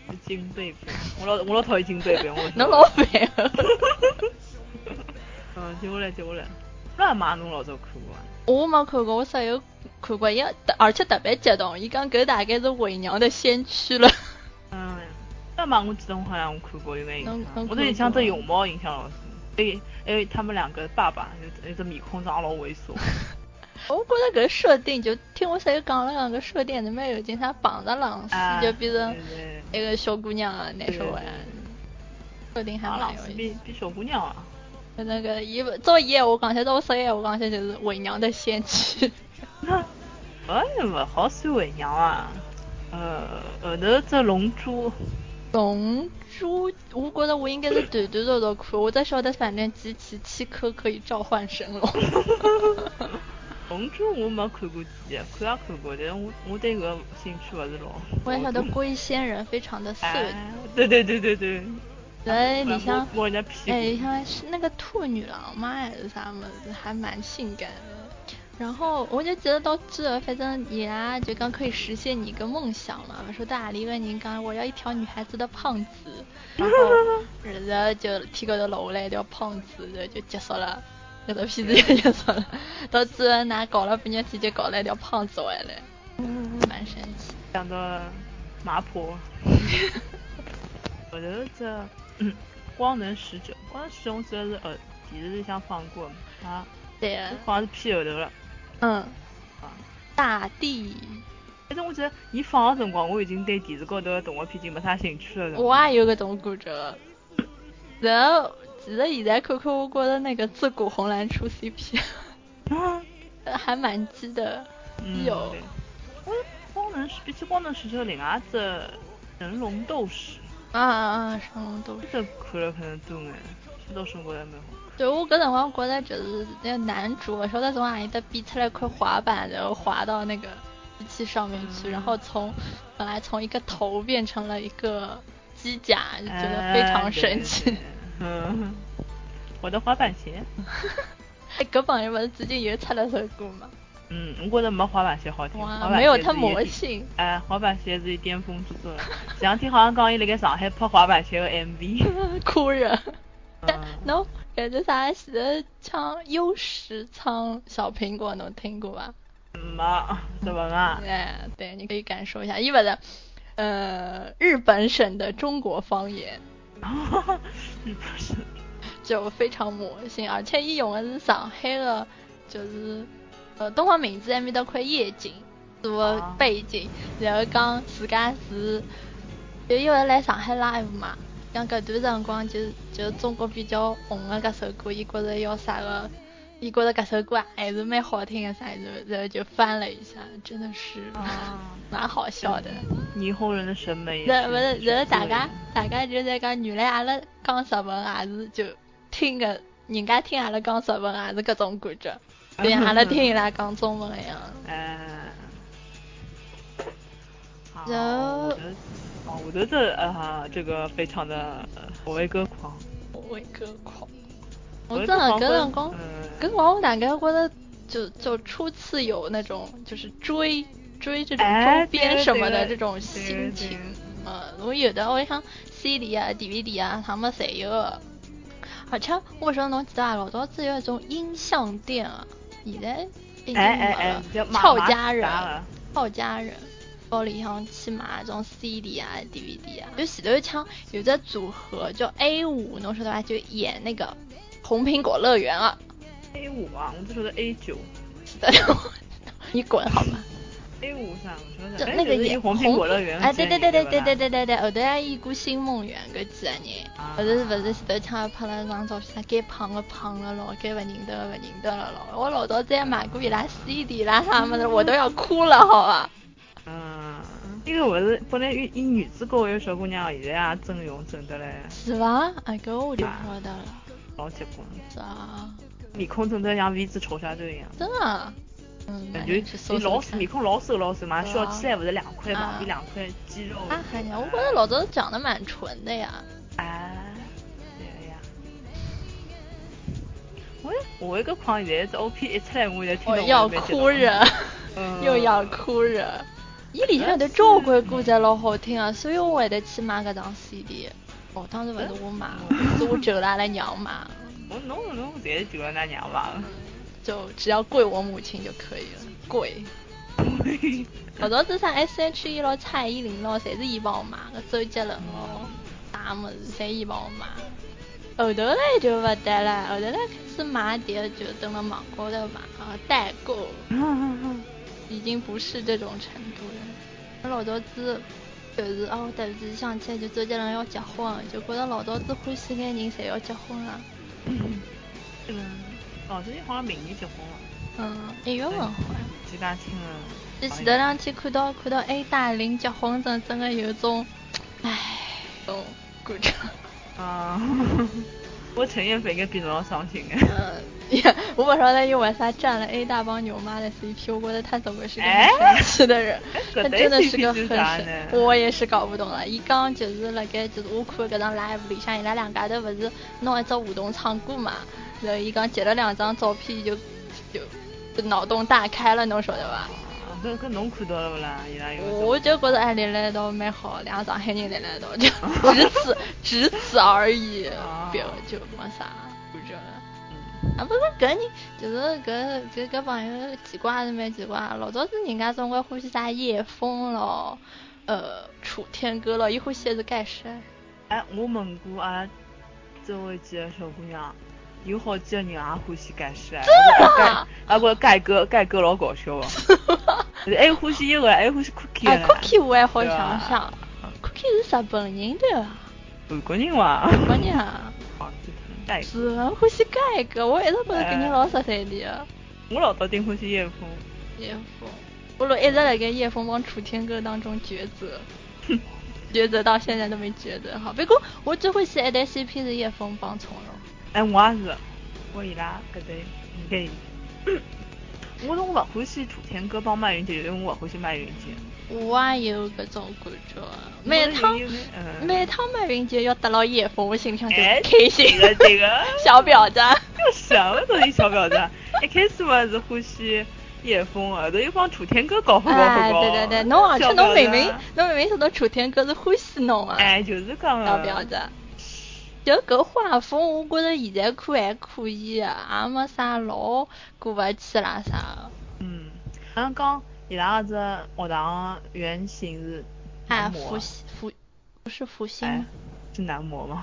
是金贝贝，我老我老讨厌金贝贝，我侬老烦哦。 <laughs> 嗯，接下来接下来，乱麻侬老早看过啊？我没看过，我室友看过，伊特而且特别激动，伊讲搿大概是伪娘的先驱 <laughs> 了。嗯，那嘛，我记得我好像我看过有点印象侬侬，我看对印象过啊对熊猫印象老深。对，还有他们两个爸爸，有有只面孔长得老猥 <laughs> 琐。我觉着搿设定就听我室友讲了讲，搿设定里面有警察绑着狼丝，啊，就变成对对一个小姑娘啊，难受对玩对对。设定还阿蛮朗有斯意思。比比小姑娘啊，反正搿伊勿照伊闲话讲起来，照我室友闲话讲起来就是伪娘的先驱。那 <laughs> 哎勿好算伪娘啊。呃，后头只龙珠，龙珠，我觉着我应该是断断续续看，我只晓得反正集齐七颗可以召唤神 <laughs> 龙。龙珠我没看过几集，看也看过，但是我我对搿个兴趣勿是老。我也晓得龟仙人非常的色哎，对对对对对。 <laughs> 哎，里摸向，摸人家屁股。哎，里向是那个兔女郎吗？还是啥么子？还蛮性感的。然后我就觉得到这，反正伊拉就刚可以实现你一个梦想嘛。我说大理问你讲，我要一条女孩子的胖子，然后然后就天高头落下来一条胖子，然后就结束了，搿只片子就结束了。到最后，㑚搞了半日天，就搞了一条胖子回来，蛮神奇。讲到麻婆，后头这 <coughs> 嗯光能使者，光能使者我记得是呃电视里向放过嘛啊，对啊，好像是偏后头了嗯，啊。大地但是我觉得伊放的辰光，我已经对电视高头的动画片已经没啥兴趣了。我也有搿种感觉。然后，其实现在看看，我觉得那个自古红蓝出 CP 啊，呃 <laughs> 还蛮鸡的。嗯，有对我光能使比起光能使者，另外一只神龙斗士，啊啊啊！神龙斗士这。只看了可能多眼，斗士我觉得蛮好看。对我搿辰光觉得就是那个男主，勿晓得从哪里搭变出来一块滑板，然后滑到那个机器上面嗯去，然后从本来从一个头变成了一个机甲，就觉得啊非常神 <laughs> 哎奇。嗯，我的滑板 <laughs> 鞋。哎，搿帮人勿是最近也出了首歌嘛？嗯，我觉得没滑板鞋好听。哇滑，板鞋没有是他一魔。性。哎，滑板鞋是一巅峰之作了。前两天好像讲伊辣盖上海拍滑板鞋 <laughs> 的 MV。 <laughs> 哭人。 <laughs> 但嗯侬感觉啥？现在唱优时唱小苹果，侬听过吧？没，嗯怎么 <laughs> 啊？ <laughs> 哎，对，你可以感受一下，因为的，呃，日本省的中国方言，日本是，就非常魔性，而且伊用的是上海的，就是呃东方明珠埃面搭块夜景做背景，然后讲自家是，就因为来上海 live 嘛，讲搿段辰光就就中国比较红的搿首歌，伊觉着要啥个，伊觉着搿首歌还是蛮好听的啥，然后然后就翻了一下，真的是、啊 <laughs> 蛮好笑的。霓虹人的审美也然后不是，是，然后大家大家就在讲，原来阿拉讲日文也是就听个，人家听阿拉讲日文也是搿种感觉，就 <laughs> 像阿拉听伊拉讲中文一样。呃，好，然后我的，哦，我的这呃，这个非常的我为歌狂，我为歌狂，我我为真的搿歌狂跟辰光，搿嗯辰光我大概觉得就就初次有那种就是追追这种哎周边对什么对的对这种对心情对。呃，我有的我想 CD 啊、DVD 啊，他们侪有的。而且我说侬记得啊，老早子有一种音像店啊，现在已经哎哎没哎了，就。马俏马佳人啥了，俏佳人。包里向去买那种 CD 啊、DVD 啊，就前头腔有只组合叫 A 五，侬晓得伐？就演那个《红苹果乐园》啊， A 五啊，我只晓得 A 九 <laughs> 你滚好吗？ ，A 五啥？我晓就得，哎那个就是一演红苹果乐园哎，对对对对对对对，对对对，后头还一股新梦圆搿几个啊人，后头是勿是前头抢拍了一张照片，啥该胖个胖了咯，该勿认得个勿认得了咯。我老早子还买过伊拉 CD 啦啥物事，我都要哭了，好伐？嗯，那个我是本来以以女子高为小姑娘，现在也整容整得嘞是伐？哎，搿我就不晓得了，老结棍了，是啊，面孔整得像 V 字仇杀队一样。真的，嗯，感那觉你去搜哎你搜老瘦，看面。孔老瘦老瘦嘛，对啊小起来不是两块嘛啊，比两块肌肉。啊，还娘，我觉得老早长得蛮纯的呀，啊，对呀。喂，我一个狂现在这 OP 一出来，我就听我到哦要就蛮激哭动的人。。<laughs> 嗯又要。哭人。伊里向有交关歌侪老好听啊，所以我会得去买搿张 CD。哦，当时勿是我买，是我舅拉阿拉娘买， <laughs> 我侬侬现在就要那娘吧。就只要跪我母亲就可以了，跪。老早子啥 S.H.E 咯、蔡依林咯，侪是伊帮我买个，周杰伦咯，啥物事侪伊帮我买。后头嘞就勿得了，后头嘞开始买碟就登了网高头买，啊代购。已经不是这种程度了。我老早子就是哦，突然之想起来，就周杰伦要结婚，啊就觉得老早子欢喜眼人侪要啊结婚了。这个， <laughs> 哦，最近好像明年结婚了。哎嗯，一月份好像。就刚听了。就前头两天看到看到 A 大龄结婚证，真的有种，唉，种感觉。啊， <laughs> 我陈彦飞应该比侬要伤心哎。嗯， <laughs> 也我不晓得因为啥站了 A 大帮牛妈的 CP，我觉得他总归是个哎很神奇的人，搿他对真的是 CP 个是很啥神呢，我也是搞不懂了。伊刚就是辣盖就是我看搿张 live 里向，伊拉两家头勿是拿一只互动唱歌嘛，然后伊讲截了两张照片就就就脑洞大开了，侬晓得伐？啊，搿搿侬看到了勿啦？伊拉有。我就觉得哎，连来一道蛮好，两个上海人连来一道， <laughs> 就只此只此而已啊，别的就没啥感觉了。嗯啊，不过搿人就是搿搿搿朋友奇怪还是蛮奇怪的。老早子人家总归欢喜啥叶枫咯，呃，楚天歌咯，伊欢喜的是盖世爱。哎，我问过阿拉周围几个小姑娘，有好几个人也欢喜盖世哎，啊啊不盖哥，盖哥老搞笑啊，还欢喜一个，还欢喜 <laughs> Cookie 哎嘞，Cookie 我也好对想啊想，Cookie 是日本人对 <laughs> 伐？韩国人哇，日本人啊，好盖哥，是啊，欢喜盖个，我一直觉着搿人老十三的哎啊。我老早顶欢喜叶枫，叶枫，我哎老一直辣盖叶枫帮楚天歌当中抉择，抉择到现在都没抉择好。不过我最欢喜一对 CP 是叶枫帮从容。哎我也是，我伊拉搿对应该有。我侬勿欢喜楚天歌帮麦云姐，因为我勿欢喜麦云姐。我也有搿种感觉，每趟因为嗯每趟麦云杰要得到叶枫，我心里向就哎很开心。这个这个 <laughs> 小婊子，哎这什么东西小婊 <laughs> 子？一开始嘛是欢喜叶枫啊，后头又帮楚天歌搞搞搞哎，搞。对对对，侬而且啊小侬婊明子啊明侬明明晓得楚天歌是欢喜侬啊，哎，就是讲小啊。婊子。就搿画风，我觉着现在看还可以啊，也没啥老过勿去啦啥的。嗯，好像讲伊拉只学堂原型是哎，男模啊复兴复不是复兴哎吗，是男模吗？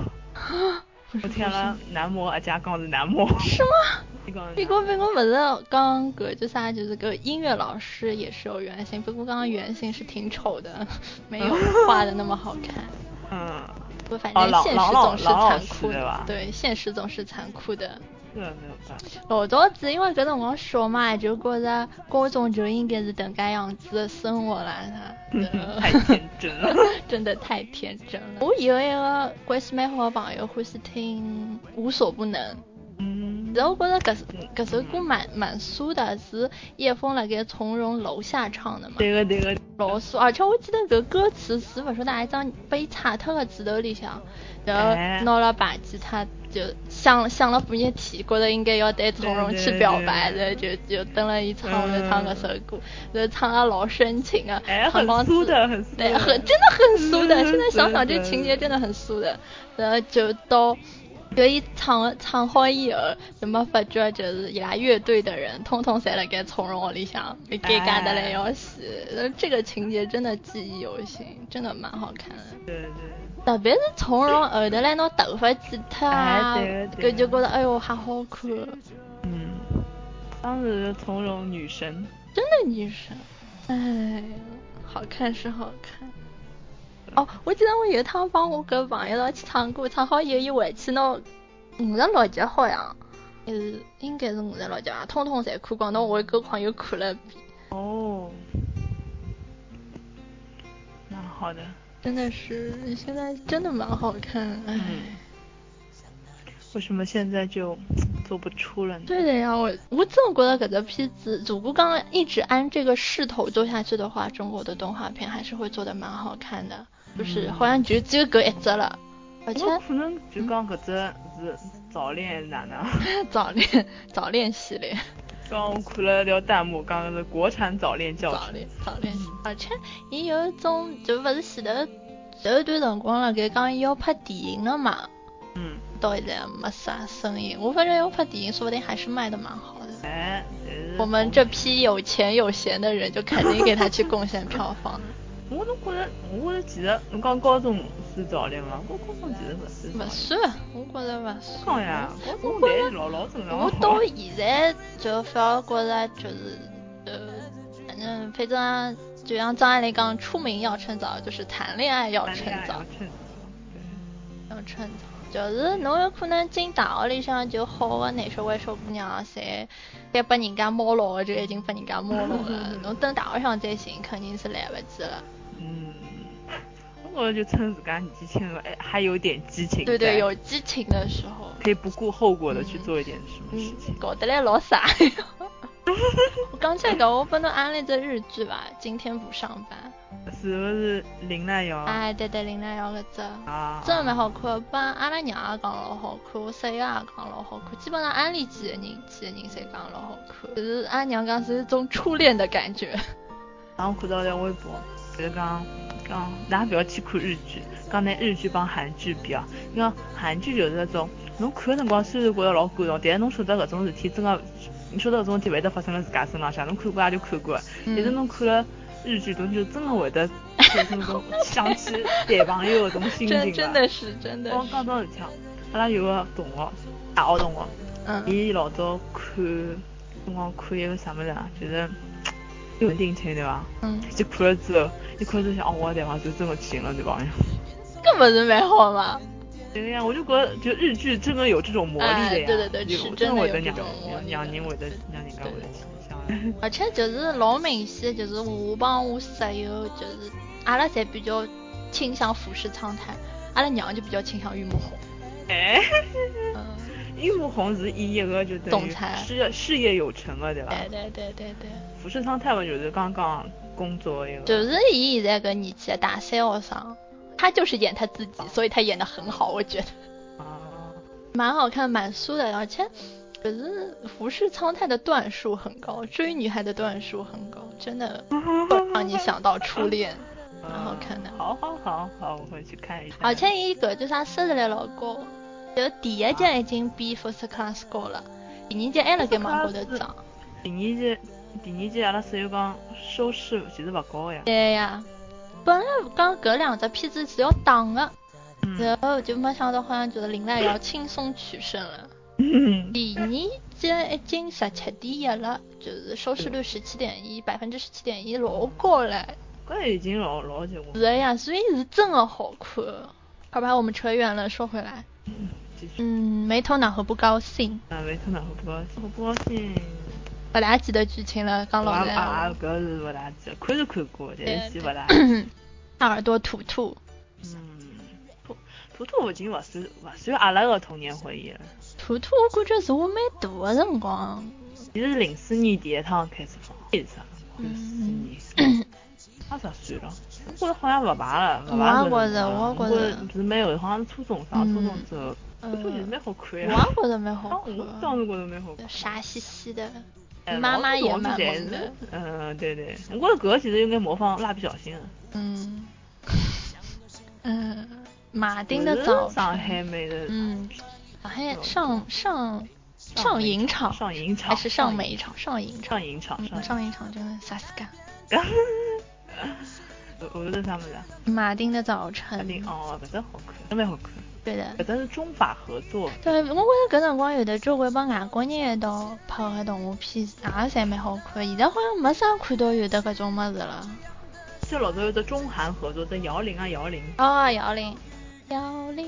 我听阿拉男模啊阿姐讲是男模。是吗？伊讲别个别个勿是讲搿叫啥，就是搿音乐老师也是有原型，不过刚刚原型是挺丑的，没有画的那么好看。嗯，不过反哦正老现老实老总是老老残师酷对吧的，对，现实总是残酷的。这个没有办法。老早子因为搿辰光小嘛，就觉着高中就应该是迭介样子的生活啦，啥嗯太天真了。 <laughs> 真的太天真了。我有一个关系蛮好的朋友，欢喜听《无所不能》，嗯，然后我觉着搿首搿首歌蛮蛮苏的，是叶枫辣盖从容楼下唱的嘛。对个对个，老苏，而且我记得搿歌词是勿晓得哪一张被擦脱个纸头里向，然哎后拿了把吉他就想想了半日天，觉得应该要对从容去表白的，对就就等了伊唱我就唱搿首嗯歌，然后唱了老深情啊哎，唱很帮酥自的很酥对，的很真的很酥的。嗯现在想想对这对情节真的很酥的，然后就到。就伊唱唱好以后，就没发觉啊就是伊拉乐队的人，通通侪辣盖从容屋里向，辣盖尬得哎来要死。呃这个情节真的记忆犹新，真的蛮好看的。对对。特别是从容后头来拿头发剪脱啊哎，对搿就对觉得哎哟还好看，嗯，当时从容女神，真的女神，哎，好看是好看。哦，我记得我有一趟帮我搿朋友一道去唱歌，唱好以后伊回去拿五十六级好像，是呃应该是五十六级吧，通通侪看光，那我搿朋友看了一遍，哦，蛮好的。真的是现在真的蛮好看，哎，嗯为什么现在就做不出了呢？对的呀，我我总觉得搿个片子，如果刚刚一直按这个势头做下去的话，中国的动画片还是会做的蛮好看的，就是好像就只有搿一只了，而且我可能就讲搿只是早恋哪能？早恋早恋系列。刚刚我看了条弹幕，讲是国产早恋教早室。恋早恋，而且伊有一种就勿是前头有一段辰光了，该讲伊要拍电影了嘛，嗯，到现在没啥声音。我发觉要拍电影，说不定还是卖的蛮好的。哎，但是我们这，批有钱有闲的人，就肯定给他去贡献票房，我总觉着，我觉着其实，侬讲高中是早恋吗？我高中其实勿啊是早勿恋。算，我觉着勿讲算呀，高中我觉侪着老老正常。我到现在就反而觉着就是呃，反正反正啊就像张爱玲讲，出名要趁早，就是谈恋爱要谈趁恋爱早要。趁早。对要趁早，就是侬有可能进大学里向就好的男小孩小姑娘，侪该被人家摸牢的就已经被人家摸牢 <laughs> 了，侬等大学上再寻肯定是来不及了。嗯，我觉着就趁自家年纪轻了，哎，还有点激情在，对对，有激情的时候，可以不顾后果的去做一点什么事嗯情，。搞得来老 <laughs> 傻。我刚才搞，我帮侬安利只日剧吧，《今天不上班是不是林奈》。瑶？嗯哎，对对，林奈瑶搿只。啊，真的蛮好看，帮阿拉娘也讲老好看，我室友也讲老好看，基本上安利几个人，几个人侪讲老好看。就是阿拉娘讲是一种初恋的感觉。然后看到一条微博，就是讲讲大家不要去看日剧，讲拿日剧帮韩剧比啊，因为韩剧就是那种侬看的辰光虽然觉得老感动，但是侬晓得搿种事体真个，你晓得搿种事体会得发生辣自家身浪向，侬看过也就看过，嗯但是侬看了日剧，侬就真的会得产生那种想起谈朋友搿种心情真啊真的是真的我是，讲到事体啊，阿拉有个同学，大学同学。嗯，伊老早看，辰光看一个啥物事啊，就是《有定情》对伐？嗯，就看了之后，伊看了之后想，哦，我谈朋友就真的去寻了男朋友。搿不是蛮好吗？对呀，我就觉得就日剧真的有这种魔力的呀，哎对对对就是真真的有会得这让种魔力的让让人会得让人家会得想。而且就是老明显，就是我帮我室友，就是阿拉侪比较倾向俯视苍苔，阿拉娘就比较倾向玉木宏。哎，嗯， <laughs> 樱木宏是伊一个就等总于裁事业事业有成了对伐？对对对对对。福士昌太嘛就是刚刚工作一个，就是伊现在搿年纪，大三学生，他就是演他自己，所以他演的很好，我觉得啊，蛮好看，蛮酥的，而且可是服饰苍太的段数很高，追女孩的段数很高，真的会让你想到初恋，啊蛮好看的。好好好好，我会去看一下。而且伊搿叫啥收视率老高，就第一集已经比 First Class 高了，第二集还辣盖往高头涨。第二季，第二季阿拉室友讲收视其实勿高呀。对呀，本来讲搿两只片子是要打的，嗯然后就没想到，好像就是林濑遥轻松取胜了。 <laughs> 嗯，第二季已经十七点一了，就是收视率十七点一，百分之十七点一，老高了。搿已经老老结棍是。的呀，所以是真的好看。好吧，我们扯远了，说回来，嗯继续。嗯，没头脑和不高兴，啊，没头脑和不高兴，我不高兴。不大记得剧情了，刚我老也实啊，话搿是勿大记，看是看过，但是记勿大。大耳朵图图，嗯，图图图已经勿算勿算阿拉个童年回忆了。图图我感觉是我蛮大的辰光，其实是零四年第一趟开始放，是啥？零嗯四年， <coughs> 他十岁了，我觉着好像勿排了，勿排我也觉着我也觉觉着是蛮有，好像初中上初中之后，嗯初中其实蛮好啊看我也呀。觉得蛮当好我 <laughs> 当看，时觉着蛮好看。傻兮兮的，哎妈妈也蛮老是萌的，嗯，对对，我觉着搿其实应该模仿蜡笔小新啊。嗯，嗯，马丁不的是早上晨，海美的嗯，上海上上上影影场上影场还是上影美场？上影场，上影场嗯，上上影场真的萨斯卡。影。 <laughs> 我我觉得他们俩，马丁的早晨肯，定哦，搿只好看，真蛮好看。对的。搿只是中法合作，对，我觉着搿辰光有的交关帮外国人一道拍个动画片，也侪蛮好看。现在好像没啥看到有的搿种物事了。最老早有只中韩合作，只摇铃啊摇铃。哦，摇铃，摇铃。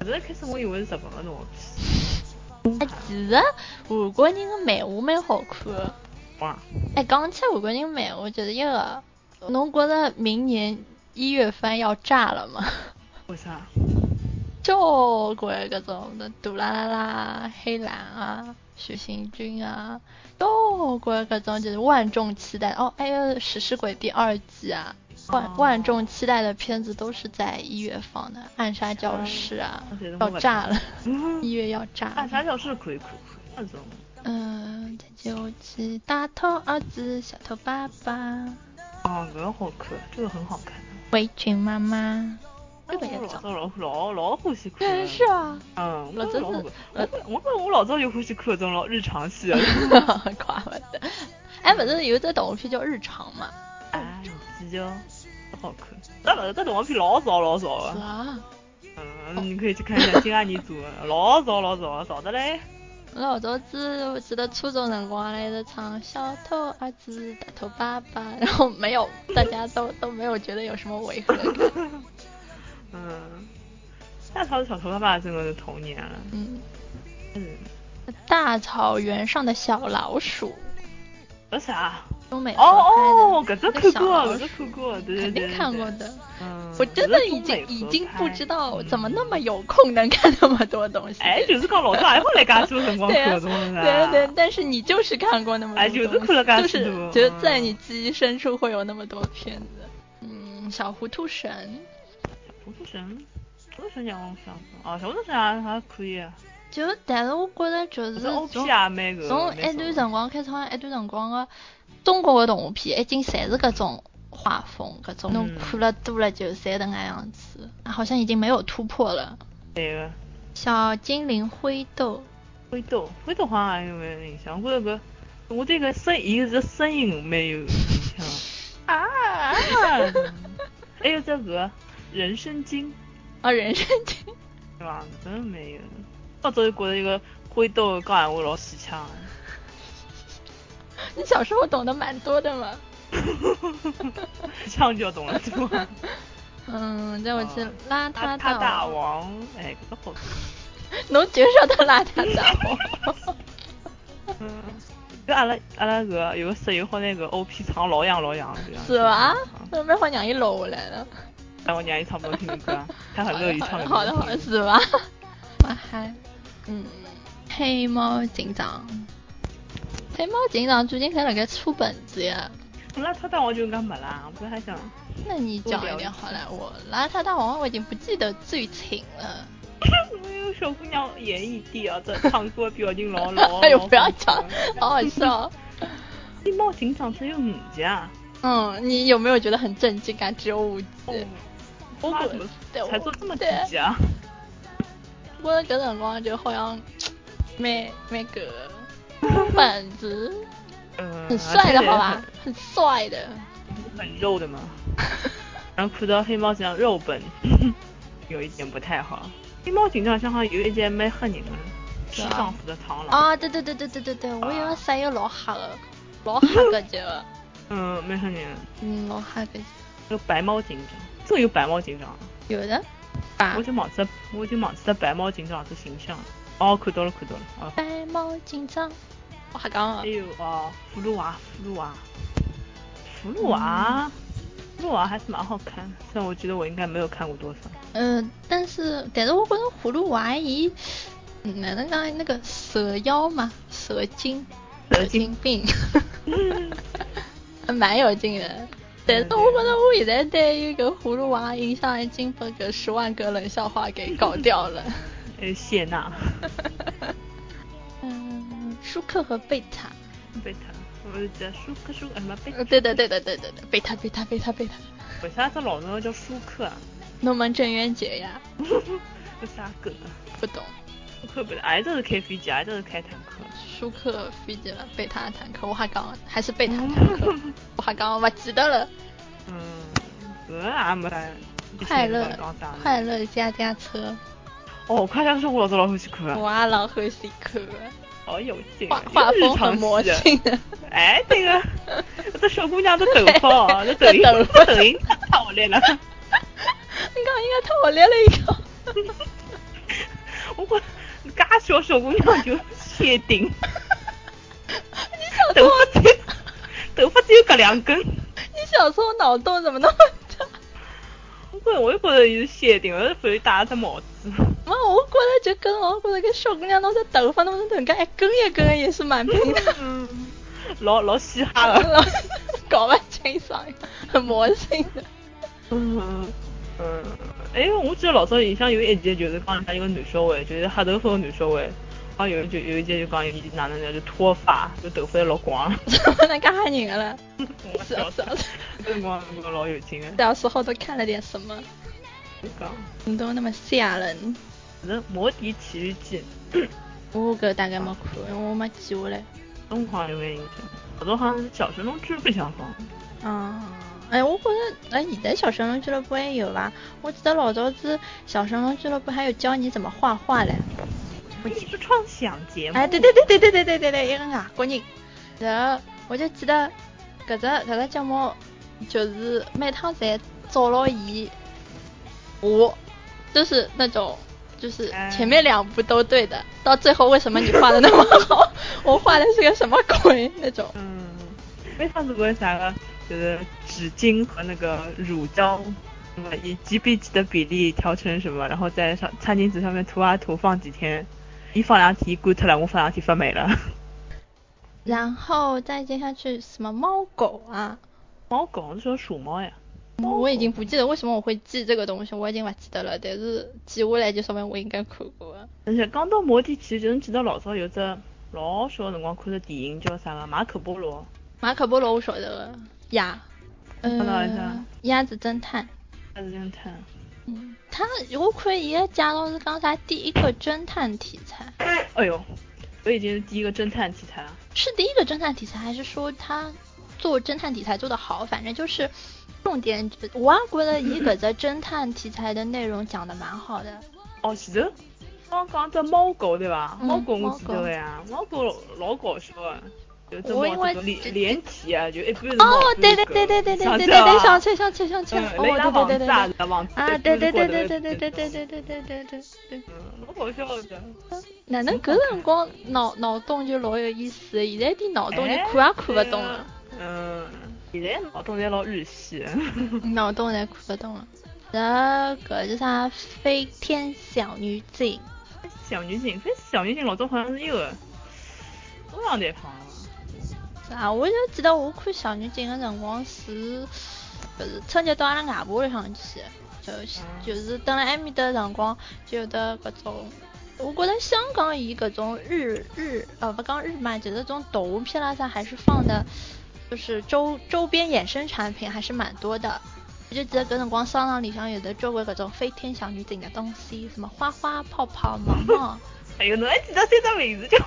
搿只开始我以为是日本个动画片，哎，其实韩国人的漫画蛮好看的。哇，哎，讲起韩国人漫画，就是一个，侬觉着明年一月份要炸了吗？为啥？交关搿种的杜啦啦啦、黑兰啊、徐行军啊，交关搿种就是万众期待哦，还有《食尸鬼》第二季啊，哦万万众期待的片子都是在一月放的，《暗杀教室》啊哦这些，都要没炸 <laughs> 了，一嗯月要炸暗了。杀教室可以看看，那种嗯，再就去大头儿子、小头爸爸、哦，搿个好看，这个很好看。围裙妈妈，这个也我哎老早。早老老老欢喜看真了。是啊，嗯，老我早老是我我我我老早就欢喜看搿种老日常 <laughs> 戏啊。夸我的。哎，反正有一只动画片叫《日常》嘛。啊，你记哦，不好看。那老那动画片老早老早是了，啊，嗯，你可以去看一下金阿尼做的，老早老早啊了，早的嘞。我老早子我记得初中辰光来直唱小头儿子大头爸爸，然后没有，大家都 <laughs> 都没有觉得有什么违和感。 <laughs> 嗯，大头小头爸爸真的是童年了。嗯，嗯，大草原上的小老鼠，有啥？中美合哦哦，拍的搿只那个看小过，老搿只鼠看，过，对对肯对定对。看过对。的。嗯，我真的已搿经是中美已合经不知道拍怎么那么。有空能看那么多东西。嗯哎，就是讲老早还会来家做辰光对看啊搿种物事对啊啊。对，但是你就是看过那么多哎东西，就是看了噶就许是多觉得嗯在你记忆深处会有那么多片子。嗯，小糊涂神糊涂神，糊涂神讲我想想，啊，小糊涂神还还可以啊，就但是我觉得就搿是只 OP 从也蛮搿。从蛮一少段辰光开始，好像一段辰光个中国的动画片已经侪是搿种画风，搿种侬嗯看了多了就侪能介样子，啊好像已经没有突破了。对个。小精灵灰豆，灰豆，灰豆好像还有蛮有印象。我觉着搿，我对搿声，伊搿只声音蛮有印象。 <laughs> 啊！还有只搿人参精，啊，人参精，对伐？搿真蛮有。老早就觉着一个灰豆讲闲话老蹊跷的。 <laughs> 你小时候懂得蛮多的嘛。 <laughs> 腔调懂了对 <laughs> 伐？嗯，再回去哦邋遢邋大遢 <laughs> 大王，王，哎，搿好看。侬绝少的邋遢大王。嗯，就阿拉阿拉搿有个室友好拿搿 O P 唱老洋老洋的，对伐是吧啊嗯？那蛮好让伊搂下来了。但我娘也唱不动听歌，啊她很乐于唱好给的，<laughs> 好的，别人听。好的，是吧？我还，嗯，黑猫警长，黑猫警长最近才辣盖出本子呀。邋遢大王就应该没啦，我本来还想， <laughs> 那你讲一点好了，我邋遢大王我已经不记得剧情了。我有小姑娘演绎帝啊，这唱歌表情老老。哎呦，不要讲，好好笑。黑猫警长只有五集啊，嗯，你有没有觉得很震惊感？只有五集。我他滚哦怎么对我才做这么几对集啊？我搿辰光就好像蛮蛮搿本子，嗯，很帅的而且好吧，很帅的。很很肉的嘛。然后看到黑猫警长肉本， <laughs> 有一点不太好。黑猫警长像好像有一集蛮吓人的，是西啊藏府的螳螂。啊，对对对对对对对，我有个室友老吓的，老吓搿集个，嗯，蛮吓人的。嗯，老吓搿集，那个白猫警长，真有白猫警长啊。有的，白我就忘记了，我就忘记了白猫警长这形象了。哦，看到了，看到了。哦，白猫警长，我瞎讲还个，有哦，葫芦娃，葫芦娃，葫芦嗯娃，葫芦娃还是蛮好看。虽然我觉得我应该没有看过多少。嗯，但是但是我觉着葫芦娃伊，嗯哪能讲那个蛇妖嘛，蛇精，蛇精精病， <laughs> 嗯蛮有劲的。但是我觉着我现在对于搿葫芦娃印象已经被搿十万个冷笑话给搞掉 <laughs> 了。还有呃谢 <laughs> 娜，嗯，舒克和贝塔。贝塔，我就叫舒克舒克，哎什么贝呃，塔？对的，对的，对的，对的，贝塔，贝塔，贝塔，贝塔，为啥这老人要叫舒克啊？ <laughs> 诺曼郑渊洁呀，这啥梗啊？不懂。舒克不是，哎，这是开飞机，哎，这是开坦克。舒克飞机了，贝塔坦克，我还讲还是贝塔哦坦克， <laughs> 我还讲我记得了。嗯，这也没啥。快乐讲啥呢，快乐家家车，哦，快乐是我老早老欢喜看啊，我也老欢喜 <laughs> 看的，好有劲画啊，画又风是唱很魔戏啊性的。哎，这个 <laughs> 这小姑娘的抖包啊，这抖音这抖这抖音太好来了。你讲应该太我练了一个。 <laughs> 我嘎小小姑娘就谢 <laughs> 顶，你小时头候，发只有头发只有搿两 <laughs> 根。你小时候脑洞怎么那么大？我觉我就觉得伊是谢顶，而不是戴了只帽 <laughs> 子。妈，我觉着就跟我觉着搿小姑娘侬这头发侬能介一根哎一根的也是蛮平的。 <laughs> 嗯，老老嘻哈了。 <laughs> 搞不清爽，很魔性的。 <laughs> 嗯嗯，哎，我记得老早里向有一集就是讲人家一个男小孩，就是黑头发个男小孩，好像有一集有一集就讲伊哪能呢就脱发，就头发老光。怎么能干人家了？ <laughs> 我是啊笑是死啊， <laughs> 是啊那辰光那辰光老有劲的。小时候都看了点什么？我 <laughs> 讲，你都那么吓人，反正《魔笛奇遇记我搿大概没看，因为我没记下来。》东方有没有印象？老早好像小学侬真不想放。啊，哎，我觉得，哎，现在小神龙俱乐部还有吧？我记得老早子小神龙俱乐部还有教你怎么画画嘞。艺术创想节目。哎，对对对对对对对对对，一个外国人。然后我就记得搿只搿只节目，就是每趟侪找牢伊我就是那种。就是哎前面两步都对的，到最后为什么你画的那么好，我画的是个什么鬼那种？嗯，为啥子为啥个就是纸巾和那个乳胶，什么以几比几的比例调成什么，然后在上餐巾纸上面涂啊涂，放几天，一放两天干脱了，我放两天发霉 <laughs> 了。然后再接下去什么猫狗啊，猫狗那时候属猫呀。我已经不记得为什么我会记这个东西，我已经不记得了。但是记下来就说明我应该看过。而且讲到摩的，其实侬记得老早有只老小的辰光看的电影叫啥个《马可波罗马可波罗我晓得个呀，看到一下呃，鸭子侦探。》，他是侦探。嗯，他我看伊个介绍是讲啥？第一个侦探题材哎呦，我已经是第一个侦探题材了。是第一个侦探题材，还是说他做侦探题材做得好？反正就是重点，我也觉得伊搿只侦探题材的内容讲得蛮好的。哦，其实刚刚讲只猫狗对吧？嗯猫狗我记得个呀，啊猫狗老搞笑啊，就这我因猫为这种这连连体啊，就一半是猫哦，对对对对对对对对对，上去。去上去上去，啊嗯，哦那拉网对对对子对啊对，，拉网子啊，一对半对是对高对头对一对半对是对对对对低头对对对对。嗯，老搞笑的。哪能搿辰光脑脑洞就老有意思，现在点脑洞就看哎也看啊不懂了，。对啊嗯，现在脑洞侪老 <laughs> 日系。脑洞侪看不懂了。然后搿叫啥？飞天小女警，小女警，反正小女警老早好像是一个东洋地方的嘛。是啊，我就记得我看小女警的辰光是，就是春节到阿拉外婆屋里向去，就是就是等辣埃面搭的辰光，就有得搿种。我觉得香港伊搿种日日呃勿讲日漫，就是这种动画片啦啥，还是放的，就是周周边衍生产品还是蛮多的。我就记得搿辰光商场里向有的周围搿种飞天小女警的东西，什么花花、泡泡、毛毛，哎呦，侬还记得三只名字叫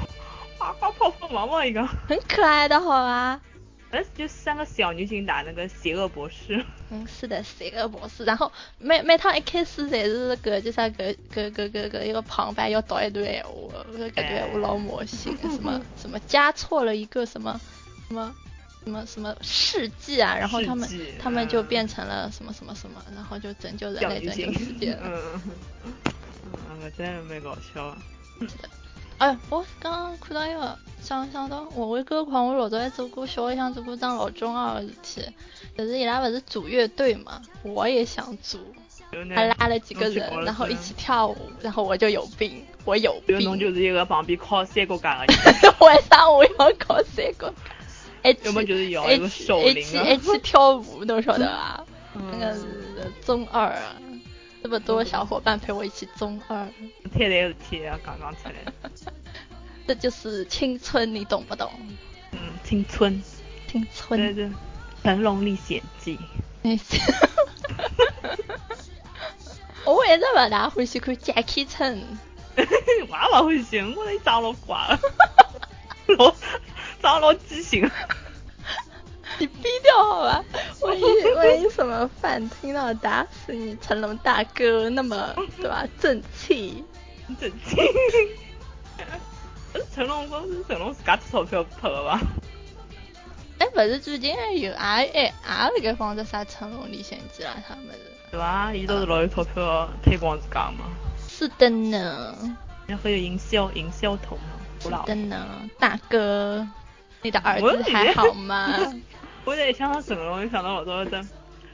花花泡泡毛毛一个？很可爱的好吧？反正就三个小女警打那个邪恶博士。嗯，是的，邪恶博士。然后每每趟一开始侪是搿叫啥搿搿搿搿搿一个旁白要读一段闲话，搿段闲话老魔性，什么嗯什么加错了一个什么什么什么什么世纪啊，然后他们世纪他们就变嗯成了什么什么什么，然后就拯救人小类，女拯警救世界。嗯嗯嗯嗯，我真的蛮搞笑的。哎，我刚刚看到一个想想到《我为歌狂》，我老早还做过小学想做过桩老中二的事体，就是伊拉勿是组乐队嘛，我也想组，就那还拉了几个嗯侬去搞人，了然后啥一起跳舞，然后我就有病，我有就侬就病，是一个旁边靠三个架的人，为啥 <laughs> 我要搞这个？一起要么就是摇一一个起手一铃起啊一起跳舞，侬晓得吧？啊那个嗯，中二啊，这么多小伙伴陪我一起中二， <laughs> 太难事体也啊刚刚出来。这就是青春，你懂不懂？嗯，青春，青对春。对，《成龙历险 <laughs> 记》。那些。我一直勿大欢喜看 Jackie Chan，我也勿欢喜，我觉得伊长老怪 <laughs> <laughs> 了，老长老畸形。 <laughs> 你逼掉好吧？ <laughs> 万一万一什么饭听到打死你，成龙大哥那么对吧？正气，震惊！ <laughs> 成龙公司成龙自家出钞票拍的吧？哎，勿是最近还有啊哎啊辣盖放只啥《成龙历险记》啊啥物事？对伐？伊倒是老有钞票推广自家嘛，是的呢，然后还有营销营销头嘛，是我老的。呢，大哥，你的儿子还好吗？我在想到成龙，就想到老早一只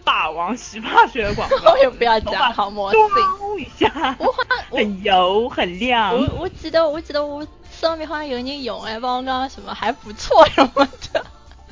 霸王洗发水的广告， <laughs> 我也不要讲好魔性咚一下，我好像我很油很亮。我我记得我记得我上面好像有人用哎，帮我讲什么还不错什么的，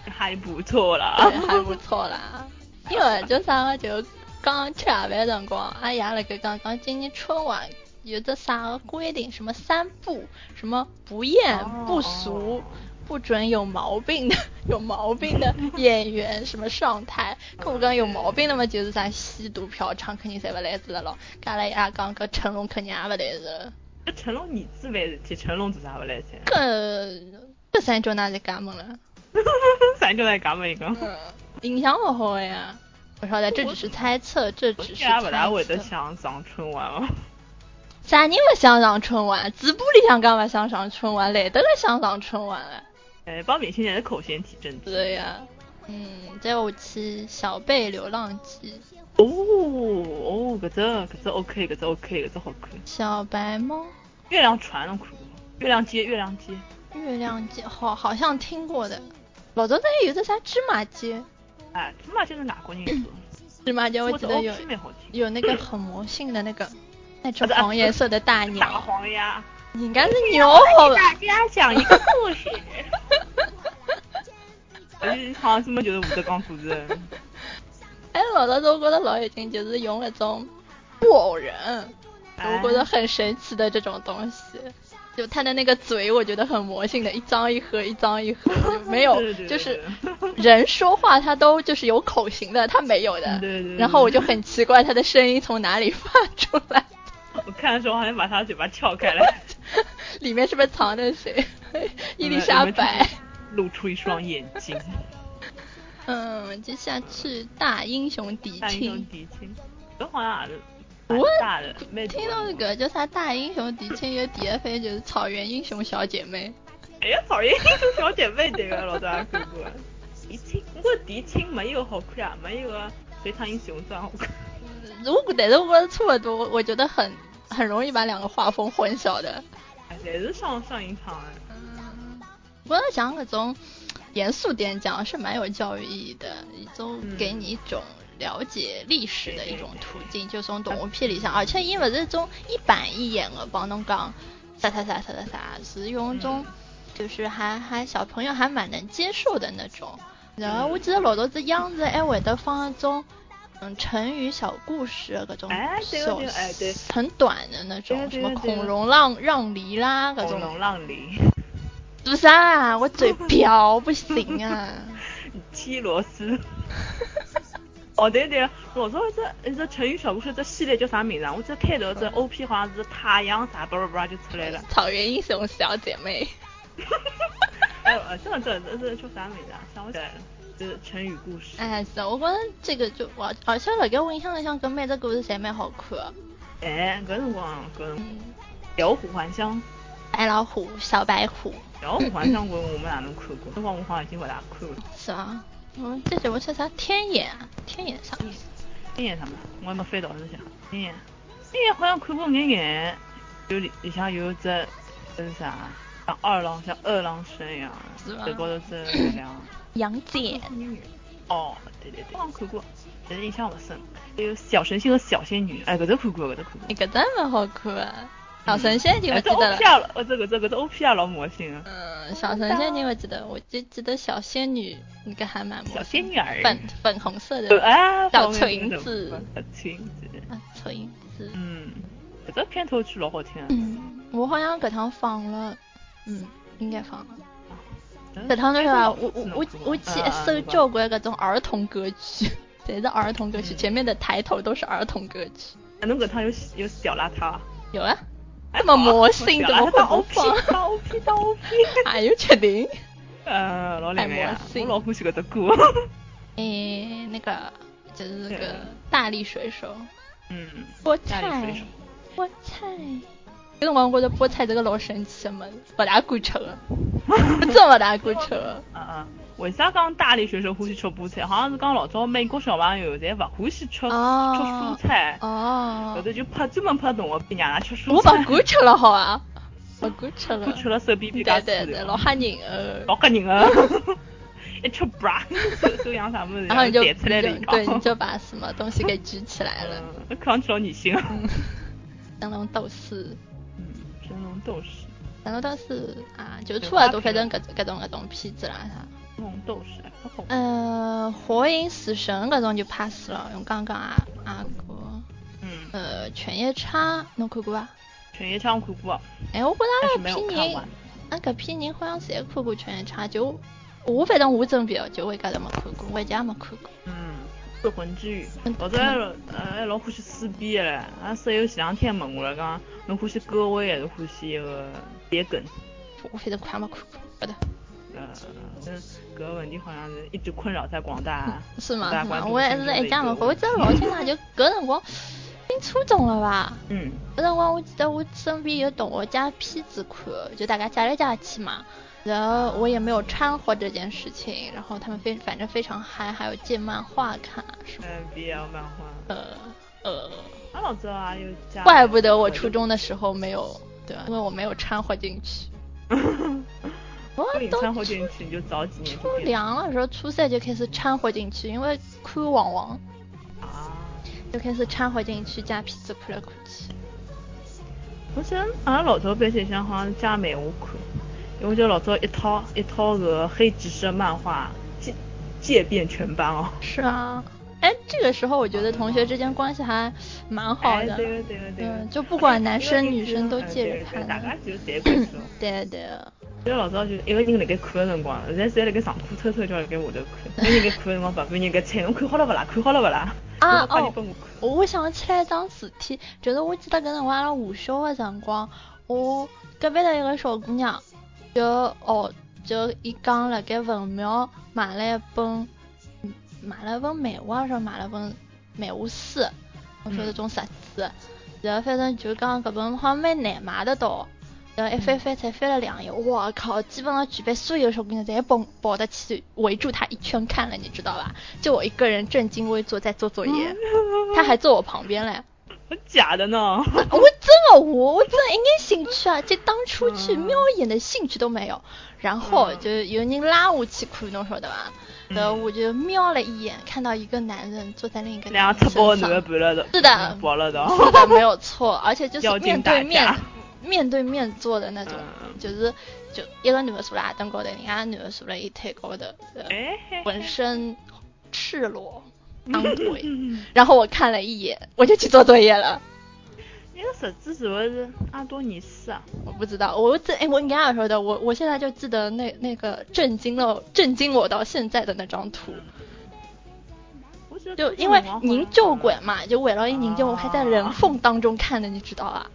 还不错啦，对， <laughs> 还不错啦。 <laughs> 因为就啥个就刚吃夜饭辰光，阿爷辣盖讲讲今年春晚有的啥个规定，什么三不，什么不艳哦不俗。不准有毛病的 <laughs> 有毛病的演员什么上台，跟我讲有毛病的嘛，就是啥吸毒嫖娼肯定侪勿来事了咯。噶拉伊拉讲搿成龙肯定也勿来事。这成哎龙儿子办事体，成龙做啥不 <laughs> 来钱？ <laughs> 搿搿三就哪只家门了？咱就来讲每个。嗯， <laughs> 影响勿好呀。不晓得，这只是猜测，这我只是也不大会猜得测。想上春晚哦。啥人勿想上春晚？直播里向讲勿想上春晚，来得了想上春晚了。哎，帮明星人的口嫌体正直。对呀。嗯，再下去《小贝流浪记》，哦哦，搿只搿只 OK，搿只 OK，搿只好看。小白猫，月亮船侬看过吗？月亮街，月亮街，月亮街，好好像听过的。老早那有只啥芝麻街，哎，芝麻街是外国人做 <coughs> 的，芝麻街我记觉得得有是蛮好听。有那个很魔性的那个，那只啊对黄颜色的大鸟，大 <laughs> 黄鸭，你应该是牛好吧？大家讲一个故 <laughs> 事。嗯，好像这么就是武德纲故事。哎，老早都觉得老有劲，就是用那种布偶人，哎 <laughs> 我觉得很神奇的这种东西。就他的那个嘴，我觉得很魔性的，一张一合，一张一合，就没有，对对对就是对对人说话他都就是有口型的，他没有的。对对对然后我就很奇怪他的声音从哪里发出来，我看的时候好像把他嘴巴撬开了，里面是不是藏着 <laughs> 谁？ <laughs> 伊嗯丽莎白。露出一双眼 <laughs> 睛，嗯，接下去大英雄迪大英雄庆。狄青，这好像也是蛮我大的，蛮听到那那个叫啥大英雄迪庆，有第一番就是草原英雄小姐妹。哎呀，讨厌，小姐妹这个老早也看 <laughs> 过。狄青，不过狄青没有好看啊，没有个《水浒英雄传》好看。如果但是我觉得差不多，我觉得很很容易把两个画风混淆的。哎，侪是上上影厂哎。嗯，我在讲那种严肃点讲是蛮有教育意义的，一种嗯给你一种了解历史的一种途径，就从动画片里向，而且伊勿是种一板一眼的帮侬讲啥啥啥啥啥啥，是用种嗯就是还还小朋友还蛮能接受的那种。然后我记得老早子样子还会得放那种。嗯，成语小故事搿种哎对个小对个哎对很短的那种，什对么个对个对个孔融让让梨啦，搿红种龙浪里，做啥？啊我嘴瓢不行 <laughs> 啊！ <laughs> 七螺丝。 <laughs> 哦对对，老早一只一只成语小故事，这系列叫啥名字啊？我记得开头这嗯 OP 好像是太阳啥叭叭叭就出来了。哎 <laughs> 草原英雄小姐妹，还有呃，这个这个这个叫啥名字啊？想不起来了，就是成语故事。哎，是的，我觉着这个就而而且辣盖我印象里向搿每只故事侪蛮好看的。哎，搿辰光搿辰光嗯，老虎还乡，白老虎、小白虎，老虎还乡》我我们哪能看过？辰光我好像已经勿大看了。 <coughs> 是伐？嗯，这节目叫啥？天眼啊，天眼啥意思？天眼啥么？我还没翻到里向。天眼，天眼好像看过眼眼，有里里向有只这是啥？像二郎像二郎神一样，是吗这高头只月亮。杨戬，哦，对对对，好像看过，但是印象勿深。还有小神仙和小仙女，哎，搿只看过，搿只看过。你搿只蛮好看的。小神仙已经勿哎，记这得了 <laughs> O P。R，呃，这个这个这 O P R 老魔性啊，嗯，小神仙你会记得，我就记得小仙女那个还蛮魔小仙女儿。粉粉红色呃的啊，小方便裙面子怎么办小裙子，啊侧影子。嗯，搿只片头曲老好听啊。嗯，我好像搿趟放了，嗯，应该放了。嗯搿趟就是啊老我我老我酷我啊去啊搜明白交关搿种儿童歌曲，侪是儿童歌曲，嗯前面的抬头都是儿童歌曲。啊侬搿趟有有小邋遢啊？有啊，还这么好啊魔性小怎么会不邋遢 O P 放当 O P 当 O P？还有确定？呃，老厉害还呀魔！我性老欢喜搿只歌。诶，那个就是那个嗯大力水手 <laughs> 嗯，菠大力菜水手，菠菜。有辰光我觉着菠菜这个老神奇的么子，勿大敢吃的，真勿大敢吃的。嗯嗯，为啥讲大力水手欢喜吃菠菜？好像是讲老早美国小朋友侪勿欢喜吃吃哦蔬菜，后哦，头就派专门派同学逼让㑚吃我蔬勿菜。敢 <laughs> 吃了好啊，勿敢吃了我。吃了手臂比较对对粗对，的老吓人呃。老吓人啊！ <laughs> 一吃 <laughs> <laughs> bra，手手痒啥么子，然后你就弹出来了你一就道对，你就把什么东西给举起来了，嗯，看上去老恶心啊。嗯，神龙斗士，嗯，神龙斗士，神龙斗士啊，就差勿多，反正各各种各种片子啦啥。神龙斗士，还哎好。呃，火影、死神搿种就 pass 了，用刚刚啊啊个，嗯，呃，犬夜叉侬看过伐？犬夜叉我看过，哎，我觉但是着没有搿批看人完。，俺搿批人好像侪看过犬夜叉，就我反正我真别就我一家头没看过，我一家也没看过。嗯，鬼魂之语嗯，老早还老呃还老欢喜撕逼的嘞。俺室友前两天问我了，讲侬欢喜歌位还是欢喜那个桔梗？我我反正看也没看过，不的，呃，嗯，搿个问题好像是一直困扰在广大。嗯是大家吗？是关吗？注我也清是楚一家的一没个看，我问记得老清爽，就搿辰光进初中了吧？嗯搿辰光我记得我身边有同学借片子看，就大家借来借去嘛。然后我也没有掺和这件事情，然后他们非反正非常嗨，还有借漫画看什么嗯，BL 漫画，呃呃，俺老早啊有加。怪不得我初 <laughs> 中的时候没有对吧？因为我没有掺和进去。我如果你都掺和进去，你就早几年就初变两的时候，初三就开始掺和进去，因为看网网啊。就开始掺和进去，借片子看来看去。我想阿拉老早班级里向好像是加漫画看，因为我记得老早一套一套个黑执事的漫画借借遍全班哦。是啊，哎，这个时候我觉得同学之间关系还蛮好哎，的。对个对个对哎个。嗯就不管男生女生哎都借着看看。大家 <clears throat> 就侪关注。对对，记得老早就一个人辣盖看的辰光，现在侪辣盖上课偷偷叫辣盖下头看，一个人辣盖看的辰光，旁边人辣盖催侬看好了勿啦？看好了勿啦？啊我快点哦帮我看。我我想起来一桩事体，就是我记得搿辰光阿拉午休的辰光，我隔壁头一个小姑娘，就哦就伊讲辣盖文庙买了一本，嗯买了一本漫画，说买了本漫画书，我说这种杂志，然后反正就讲搿本好像蛮难买得到。然嗯后一翻翻，才翻了两页，我靠！基本上全班所有小姑娘侪抱抱得起，围住她一圈看了，你知道吧？就我一个人正襟危坐在做 <laughs> 作业，他还坐我旁边嘞。啊我假的呢。我真的我我真的一点兴趣啊，就当初去瞄一眼的兴趣都没有。然后嗯就有人拉我去看，侬晓得吧？嗯然后我就瞄了一眼，看到一个男人坐在另一个两男个人赤包身男的上，盘了的，是的包了的。是的，没有错，而且就是妖精面对面打架，面对面坐的那种，嗯就是就一个女的坐辣矮凳高头，另外一个女的坐辣伊腿高头，呃哎，嘿浑身赤 <laughs> 裸，昂腿。嗯，然后我看了一眼，我就去做作业了。那个设置是不是阿多尼斯啊？我不知道，我这哎，我应该也说的，我我现在就记得那那个震惊了，震惊我到现在的那张图，我觉得就这因为种文化营救鬼嘛，就为了营啊救，我还在人缝当中看的，你知道啊？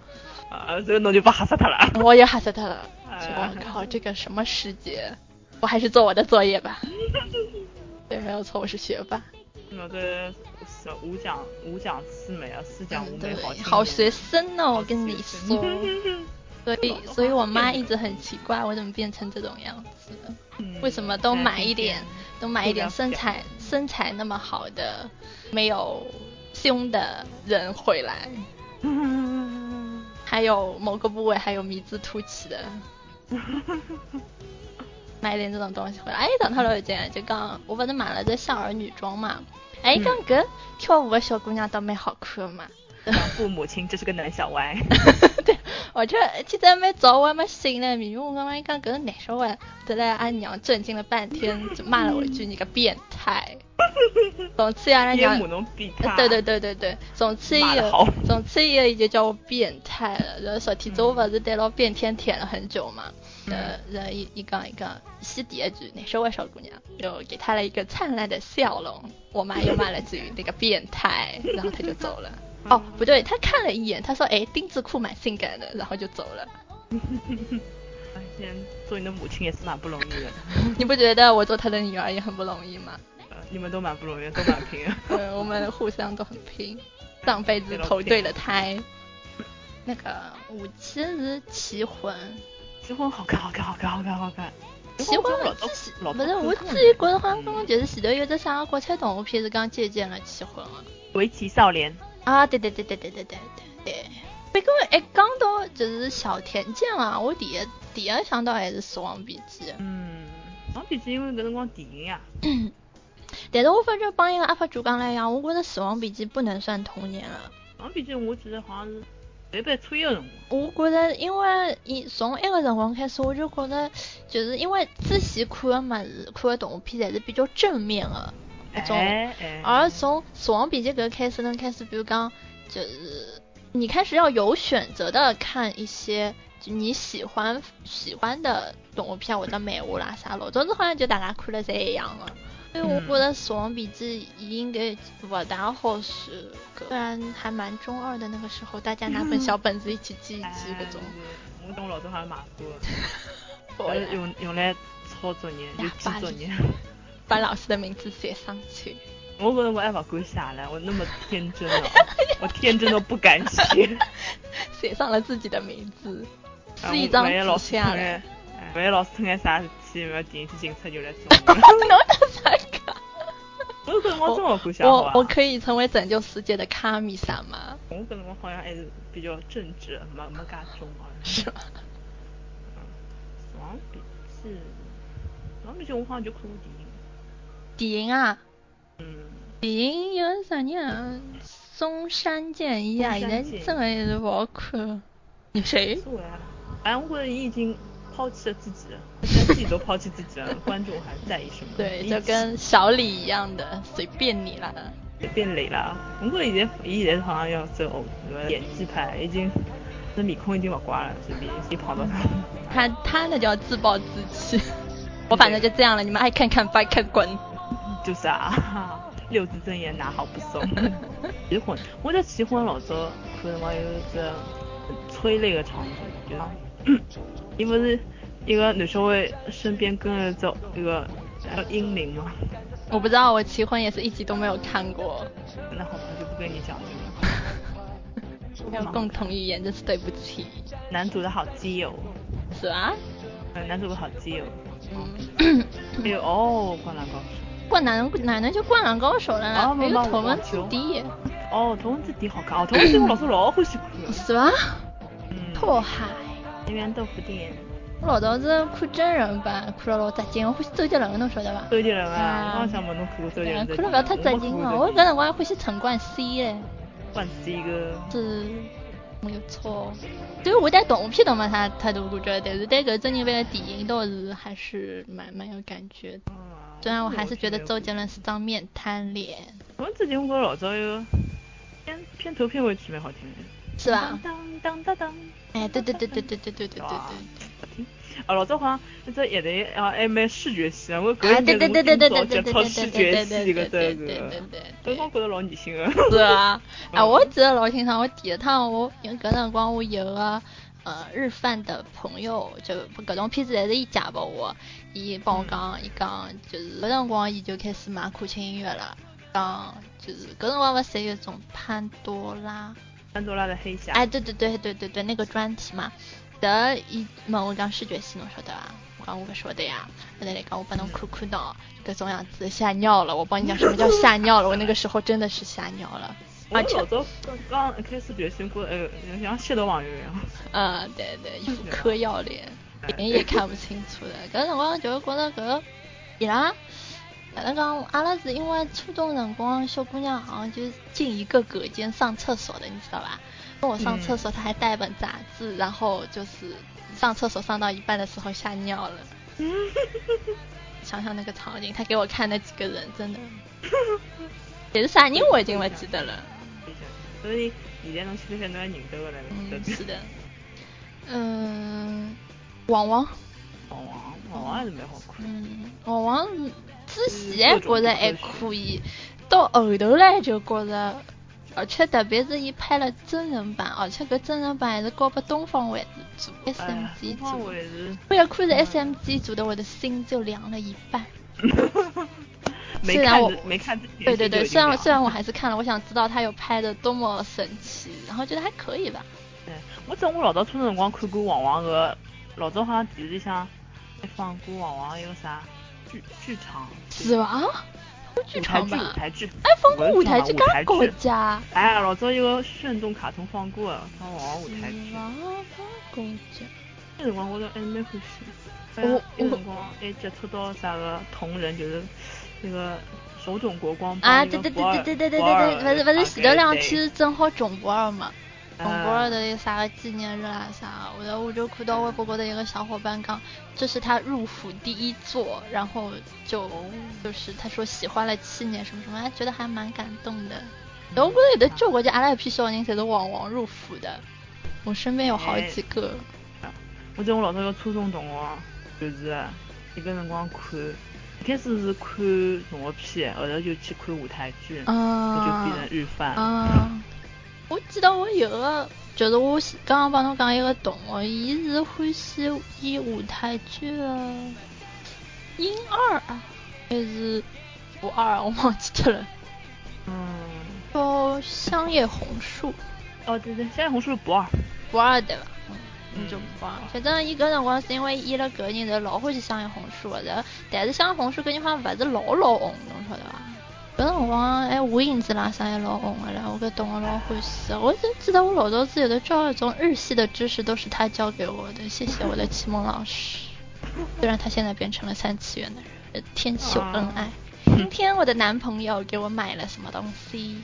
啊，这个侬就不吓死他了。我也吓死他了，哎我靠，这个什么世界？我还是做我的作业 <laughs> 吧。对，没有错，我是学霸。那个是五讲五讲四美啊，四讲五美对好青年，好 <laughs> 学生哦呢，我跟你学说生。所 <laughs> 以，所以我妈一直很奇怪，我怎么变成这种样子了？嗯为什么都买一点，都买一点身材不了解身材那么好的，没有胸的人回来？还有某个部位还有迷之凸起 <laughs> 的，买点这种东西回来。哎，长大了有这样，就讲我不是买了这少儿女装嘛？哎，讲搿跳舞的小姑娘倒蛮好看的嘛。父母亲，这是个男小孩。 <laughs> 对，而且记得蛮早，我还没醒呢。明明我刚刚一讲搿是男小孩，啊得来俺娘震惊了半天，就骂了我一句：“你个变态！”从此阿拉耶娘母侬比呃他。对对对 <laughs> 对对，从此以骂得后好，从此以后伊就叫我变态了。然后昨天中午不是对牢变天舔了很久嘛，嗯呃，然后一一讲一讲，先第一句，那是我小姑娘，就给她了一个灿烂的笑容。我妈又骂了句那个变态，然后她就走 <laughs> 了。哦，不对，她看了一眼，她说：“哎，丁字裤蛮性感的。”然后就走了。 <laughs> 哎。现在做你的母亲也是蛮不容易 <laughs> 的，你不觉得我做她的女儿也很不容易吗？呃你们都蛮不容易，都蛮拼的。 <laughs> 嗯，我们互相都很拼，上辈子投对了胎。那个我其实棋魂，结婚好看，好看，好看，好看，好看。棋魂老我早自己老不早是我看自的己觉得好像刚刚就是前头有只啥国产动画片是刚借鉴了棋魂啊。围棋少年，啊，对对对对对对对对对。不过一讲到就是小田健啊，我第一第一想到还是《死亡笔记》。嗯，王笔记因为搿辰光电影啊，但是我发觉帮一个 UP 主讲了一样，我觉得《死亡笔记》不能算童年了。王笔记我记得好像是一班初一的辰光。我觉得，因为伊从埃个辰光开始，我就觉得，就是因为之前看的么子，看的动画片侪是比较正面的搿种，哎哎，而从《死亡笔记》搿开始呢，开始比如讲，就是你开始要有选择的看一些就你喜欢喜欢的动画片或者漫画啦啥咯，总之好像就大家看了侪一样啊的。所以我嗯觉得《死亡笔记》应该不大好是个，虽然还蛮中二的那个时候，大家拿本小本子一起记一哎记搿种。我懂老早好像买过， <laughs> 我呃用用来抄 <laughs> 作业，就啊呀批作业。把老师的名字写上去。我觉得我还不敢写了，我那么天真 <laughs> 哦，我天真都不敢写。写上了自己的名字，啊是一张万一老纸师 <laughs> 下看来 <laughs> 眼。，哎万一老师看眼啥事 <laughs> 体，不要电视警察就来哦抓我了。能得啥个？ <laughs> 我搿辰光真勿敢写好我伐？我可以成为拯救世界的卡米萨吗？我搿辰光好像还是比较正直，没没介中二。嗯是吧？死亡笔记，死亡笔记我好像就看过电影。底营啊，嗯，底营有啥人？松山健一啊，松现山在健真的是不好看。你谁？是我呀。反正我觉得伊已经抛弃了自己了，他现在自己都抛弃自己了，观众还在意什么？对，伊就跟小李一样的，随便你啦。随便累了。不过现在伊现在好像要走什么演技派，已经那面孔已经勿挂了，随便伊跑到哪。他他那叫自暴自 <laughs> 弃。我反正就这样了，你们爱看看不爱看滚。 <laughs> 就是啊，六字真言拿好不松。结婚，我在结婚老早看辰光有一只催泪的场景，就是伊不是一个男小孩身边跟了一只一个一个英灵嘛，我不知道，我奇婚也是一集都没有看过。那好吧，就不跟你讲这个。没有共同语言，真是对不起，男主的好基友，是啊吧？呃，男主的好基友，嗯，还有哦，灌篮高手， <coughs> 灌篮哪能就灌篮高手了啊呢？还有妈妈头文我字忘 D，哦，头文字 D 好看，哦，头文字 D 我老早老欢喜看的，是吧？ <laughs> 嗯，拓海，田园豆腐店，我老早子看真人版，看了老扎劲，我欢喜周杰伦，侬晓得伐？周杰伦啊，啊我刚想问侬看过周杰哎伦呀的看了勿要太扎劲了，我搿辰光还欢喜陈冠希嘞，算是一个，是没有错。所以我对动画片都没啥太多感觉，但是对搿真人版的电影倒是还是蛮蛮有感觉的。啊虽然我还是觉得周杰伦是张面瘫脸，我之前我觉得老早有片片头片尾曲蛮好听的，是吧？当当当当，哎，对对对对对对啊对对对哇对。好听。啊，老早好像那只乐队啊，还蛮视觉系啊，我搿啊，对对对对对对对接对对触对视对觉对系这对个对这对个，对搿辰光觉得老 <laughs> 女性的。是啊，啊，嗯我记得老清爽，我第一趟我因为搿辰光我有个呃日饭的朋友，就搿种片子侪是伊借拨我，伊帮我讲，伊讲就是搿辰光伊就开始买苦情音乐了，讲就是搿辰光勿是有一种潘多拉，潘多拉的黑匣，哎对对对对对对那个专题嘛，得伊问我讲视觉系侬晓得伐？啊我讲我勿晓得呀，后来来讲我帮侬看看喏， <laughs> 搿种样子吓尿了，我帮你讲什么叫吓尿了，我那个时候真的是吓尿了。啊我老早刚刚开始流行过，呃，像吸毒网友一 <laughs> 样。嗯，对对，一副嗑药脸，眼也看不清楚了。搿辰光就觉着搿伊拉哪能讲？阿拉是因为初中辰光小姑娘好像就是进一个隔间上厕所的，你知道吧？跟我上厕所，她还带本杂志，然后就是上厕所上到一半的时候吓尿了。想想那个场景，她给我看那几个人，真的，也是啥人我已经不记得了。所以现在侬去看侬还认得个了，嗯，是的，嗯，网网，网网，网网还是蛮好看。嗯，网网之前还觉着还可以，到后头嘞就觉着，而且特别是伊拍了真人版，而且搿真人版还是交拨东方卫视哎做，SMG 做。我一看是嗯 SMG 做的，我的心就凉了一半。 <laughs> 虽然我嗯没看之前，对对对，虽然虽然我还是看了，我想知道他有拍的多么神奇，然后觉得还可以吧。对，我记我老早初中辰光看过王王个，老早好像电视里向还放过王王一个啥剧剧场，是伐？剧场吧，舞台剧，哎，放过舞台剧，噶高级啊！哎，老早一个炫动卡通放过，放王王舞台剧，王高级。那辰光我都还蛮欢哦喜，我那辰光还接触到啥个同人，就是。那个手冢国光啊，对对对对对对对对，勿是勿是啊前头两天正好中博尔嘛，中博尔的有啥个纪念日啦啥，后头我就看到微博高头一个小伙伴讲，这是他入府第一作，然后就就是他说喜欢了七年什么什么，还觉得还蛮感动的。然后我觉得有的交关就阿拉一批小人侪是网网入府的，我身边有好几个。我记得我老早个初中同学，就是一个辰光看。开始是看动画片，后头就去看舞台剧，啊、就变成日番。啊、我记得我有个，就是我刚刚帮侬讲一个同学，伊是欢喜演舞台剧的英二啊，还是不二，啊我忘记掉了。嗯。叫香叶红树。哦对对，香叶红树是不二。不二对吧？就不啊，反正伊搿辰光是因为伊拉搿个人侪老欢喜香叶红树个，然后但是香叶红树搿人好像勿是老老红，侬晓得伐？搿辰光还哎无影子啦啥也老红个啦，我搿同学老欢喜。我就记得我老早子有的教一种日系的知识都是他教给我的，谢谢我的启蒙老师。虽然他现在变成了三次元的人，天秀恩爱。今天我的男朋友给我买了什么东西？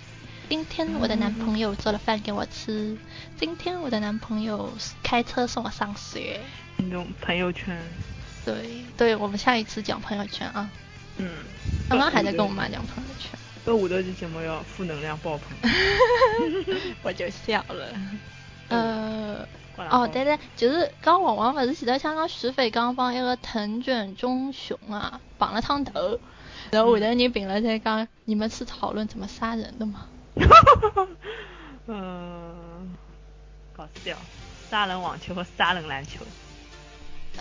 今天我的男朋友做了饭给我吃。今天我的男朋友开车送我上学。那种朋友圈。对对，我们下一次讲朋友圈啊。嗯。刚刚还在跟我妈讲朋友圈。这五六期节目要负能量爆棚。 <laughs> 我就笑了。呃。哦，对对，就是刚网王不是前头香港徐飞刚帮一个藤卷忠雄啊绑了趟头，然后后头人评论在讲，你们是讨论怎么杀人的吗？嗯，搞笑，杀人网球和杀人篮球。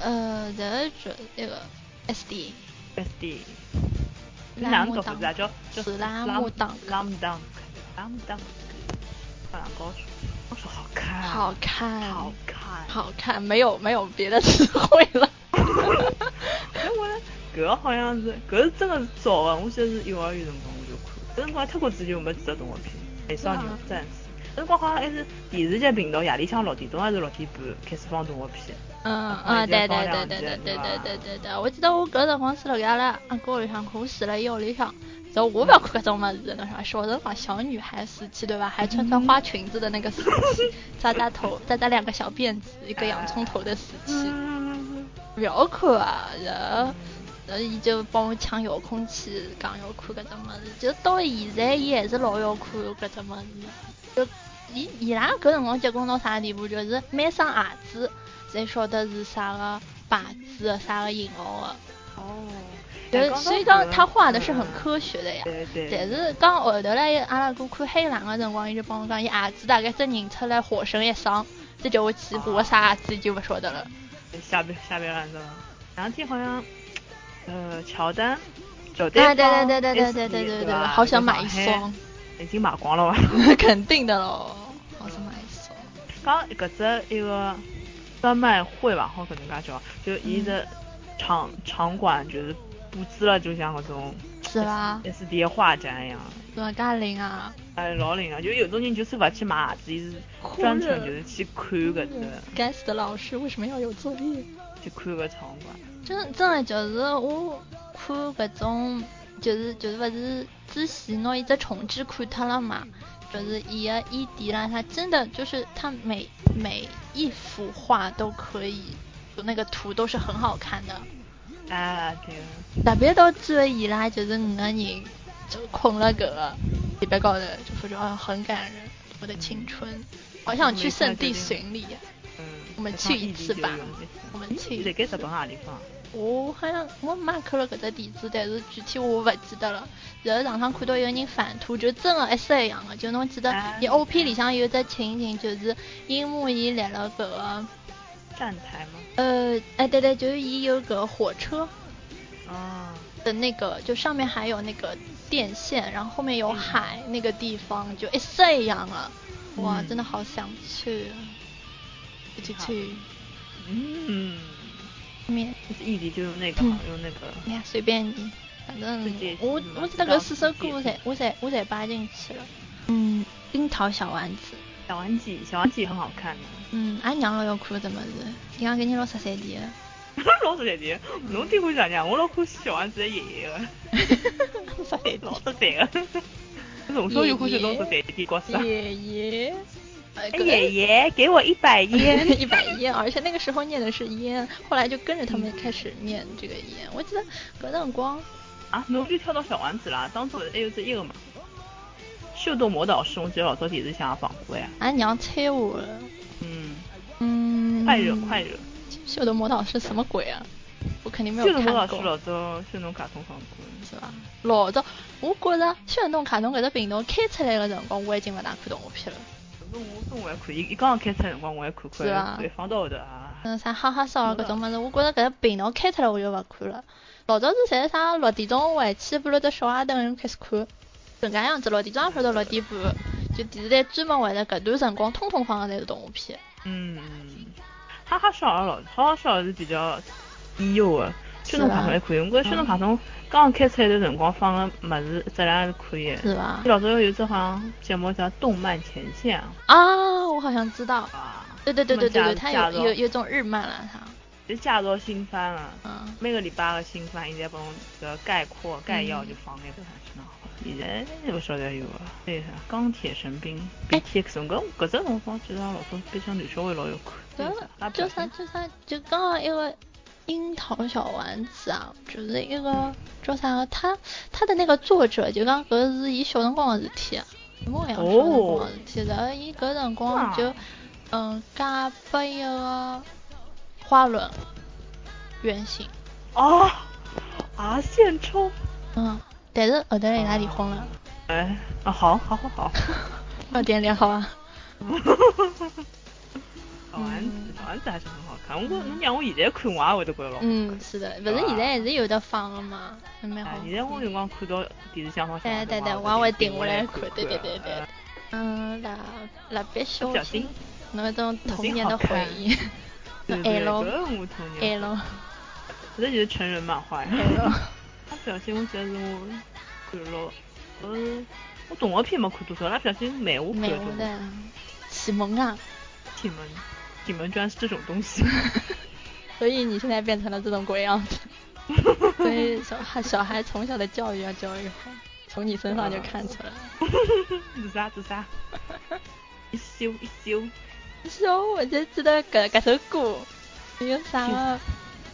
呃，这是那个 S D。 S D。哪能读啊？叫叫拉姆当。拉姆当。拉姆当。啊，高手，高手好看。啊好看。好看。好看，没有没有别的词汇 <laughs> 了。哎，我搿个好像是，搿是真的是早啊！我记得是幼儿园辰光我就看。搿辰光泰国之前没几只动画片，美少女战士。搿辰光好像还是电视剧频道夜里向六点钟还是六点半开始放动画片。嗯嗯，对对对对对对对对对对，我记得我搿辰光是辣盖阿拉阿哥屋里向看，我住辣伊屋里向，然后我勿要看搿种物事，侬晓得小辰光小女孩时期对伐？还穿穿花裙子的那个时期，扎扎头，扎扎两个小辫子，一个洋葱头的时期，勿要看啊！然后。然呃后伊就帮我抢遥控器，讲要看搿只物事。就到现在，伊还是老要看搿只物事。就伊伊拉搿辰光结棍到啥地步，就是每双鞋子侪晓得是啥个牌子的、啥个型号的。哦。对，所以讲他画的是很科学的呀。嗯对对。但是讲后头来，阿拉哥看黑狼的辰光，伊就帮我讲，伊鞋子大概只认出来火神一双，这叫我去过啥子就不晓得了。瞎别瞎别乱说。前两天好像，呃，乔丹，乔啊，丹对帮对对对对 SD 对对对对吧，好想在买一上双海，，已经买光了吧？ <laughs> 肯定的喽，好想买一双。刚搿只一个专卖会吧，好搿能介叫，就伊嗯的场、场馆就是布置了，就像搿种是吧？ S D 画展一样。怎么噶灵啊？哎，老灵啊！就有种人就是勿去买鞋子，伊是专程就是去看搿只，该死的老师为什么要有作业？去看搿场馆。真真的就是我看搿种，就是就是勿是之前拿一只重置看脱了嘛，就是伊个伊迪啦，它真的就是它每每一幅画都可以，就那个图都是很好看的。哎，对个，特别到最后伊拉就是五个人就困了搿个地板高头，就觉得很感人，我的青春，好想去圣地巡礼呀、啊嗯，我们去一次吧搿趟我异地就有一次们去伊辣盖日本何地方？我好像我妈看了搿只地址，但是具体我勿记得了。然后上趟看到有人返图，就真的一式一样的，就侬记得啊伊 O P 里向有一只情景，就是樱木伊来了搿个，站台吗？呃，哎对对，就是伊有搿火车啊，的那个，就上面还有那个电线，然后后面嗯有海那个地方，就一式一样了。哇，嗯真的好想去，一起去，嗯，面就是异地就用嗯那个，好像用那个。哎呀，随便你，反正自己我嗯我记得搿四首歌我才我才我才扒进去了。嗯，樱桃小丸子，小丸子，小丸子也很好看啊的。嗯，俺娘老要看搿只物事，伊讲搿人老十三点 <laughs> 老实点的，侬听我讲讲，我老欢喜小丸子的爷爷 <laughs> 的，个，十三老实点的。我从小就欢喜老实点的角色。爷爷，哎哎爷爷，给我一百烟。 <laughs> 烟 <laughs> 一百烟，而且那个时候念的是烟，后来就跟着他们开始念这个烟。我记得搿辰光，啊，侬就跳到小丸子啦，当初还有只一个嘛。秀逗魔导士，我记得老早电视上也放过呀。俺娘催我了，嗯，嗯，快惹快惹，秀的魔导是什么鬼啊？我肯定没有秀看逗过。魔导士老早秀侬卡通放过。是吧？老早我觉着炫动卡通搿只频道开出来个辰光，我已经勿大看动画片了。搿种我总我也看，伊伊刚刚开出来辰光我也看是吧看，对，放到后头啊。嗯，啥哈哈少儿搿种物事，我觉着搿只频道开出来我就勿看了。老早子侪是啥六点钟回去，拨了只小夜灯就开始看，搿能介样子六点钟也晓得六点半，就电视台专门为了搿段辰光，通通放的侪是动画片。嗯，哈哈少儿老哈哈少儿是比较低幼的，宣传卡通还可以。我觉得宣传卡通刚刚开出来的辰光放个么子质量还是可以的。是吧伊老早有只好像节目叫《动漫前线》啊，我好像知道。啊，对对对对对对，它他有有有种日漫了，它，就介绍新番啊，嗯，每个礼拜个新番，现在帮我个概括概要就放那个上去呢。现在也不晓得有啊，那个啥钢铁神兵哎 BTX，搿搿只辰光记得老早比较男小孩老有看，就那个啥蜡笔就小啥新就啥就刚刚一个樱桃小丸子啊，就是一个叫啥个，他他的那个作者就讲搿是伊小辰光的事体啊，我也小辰光的事体，然后伊搿辰光就啊嗯嫁拨一个花轮原型，哦，啊，现充。嗯，但是后头伊拉离婚了， <laughs> 哎，啊，好，好，好，好。要点脸好吧？哦嗯小丸子，小丸子还是很好看。我觉得侬让我现在看，我也会得觉得老。嗯，是的，反正现在还是有的放了嘛，还蛮好哎。现在我有辰光看到电视上放小对丸子对对，我我也会会顶下下来看看。，对对对对哎。嗯，蜡蜡笔小小新新，侬一种童年的回忆。 <laughs> 对爱对，咯搿个我童爱年。咯，这就是成人漫画呀。 <laughs> 爱咯。蜡笔小新，我记得是我看了，呃，我动画片没看多少，蜡笔小新漫画看美了国多。的启蒙啊， <laughs> 启蒙，启蒙居然是这种东西。所以你现在变成了这种鬼样 <laughs> 子。所以小孩小孩从小的教育要啊教育好，从你身上就看出来了。 <laughs> <laughs> 自杀自杀，一休一休，是哦，我就记得搿搿首歌，有啥个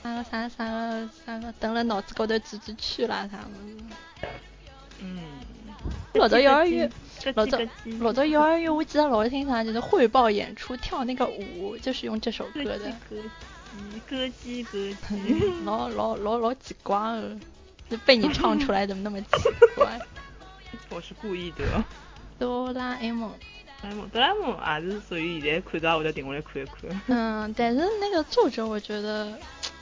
啥个啥啥个啥个，等了脑子高头转转圈啦啥物事。嗯，老早幼儿园咯，老叽早咯叽老早幼儿园，我记得老清爽，就是汇报演出跳那个舞，就是用这首歌咯的，叽咯叽咯叽咯 <laughs> 叽，老老老老奇怪哦，就被你唱出来怎么那么奇怪？我是故意的。哆啦 A 梦，哆啦 A 梦，哆啦 A 梦也是属于现在看到会得停下来看 <laughs> 一看。嗯，但是那个作者我觉得，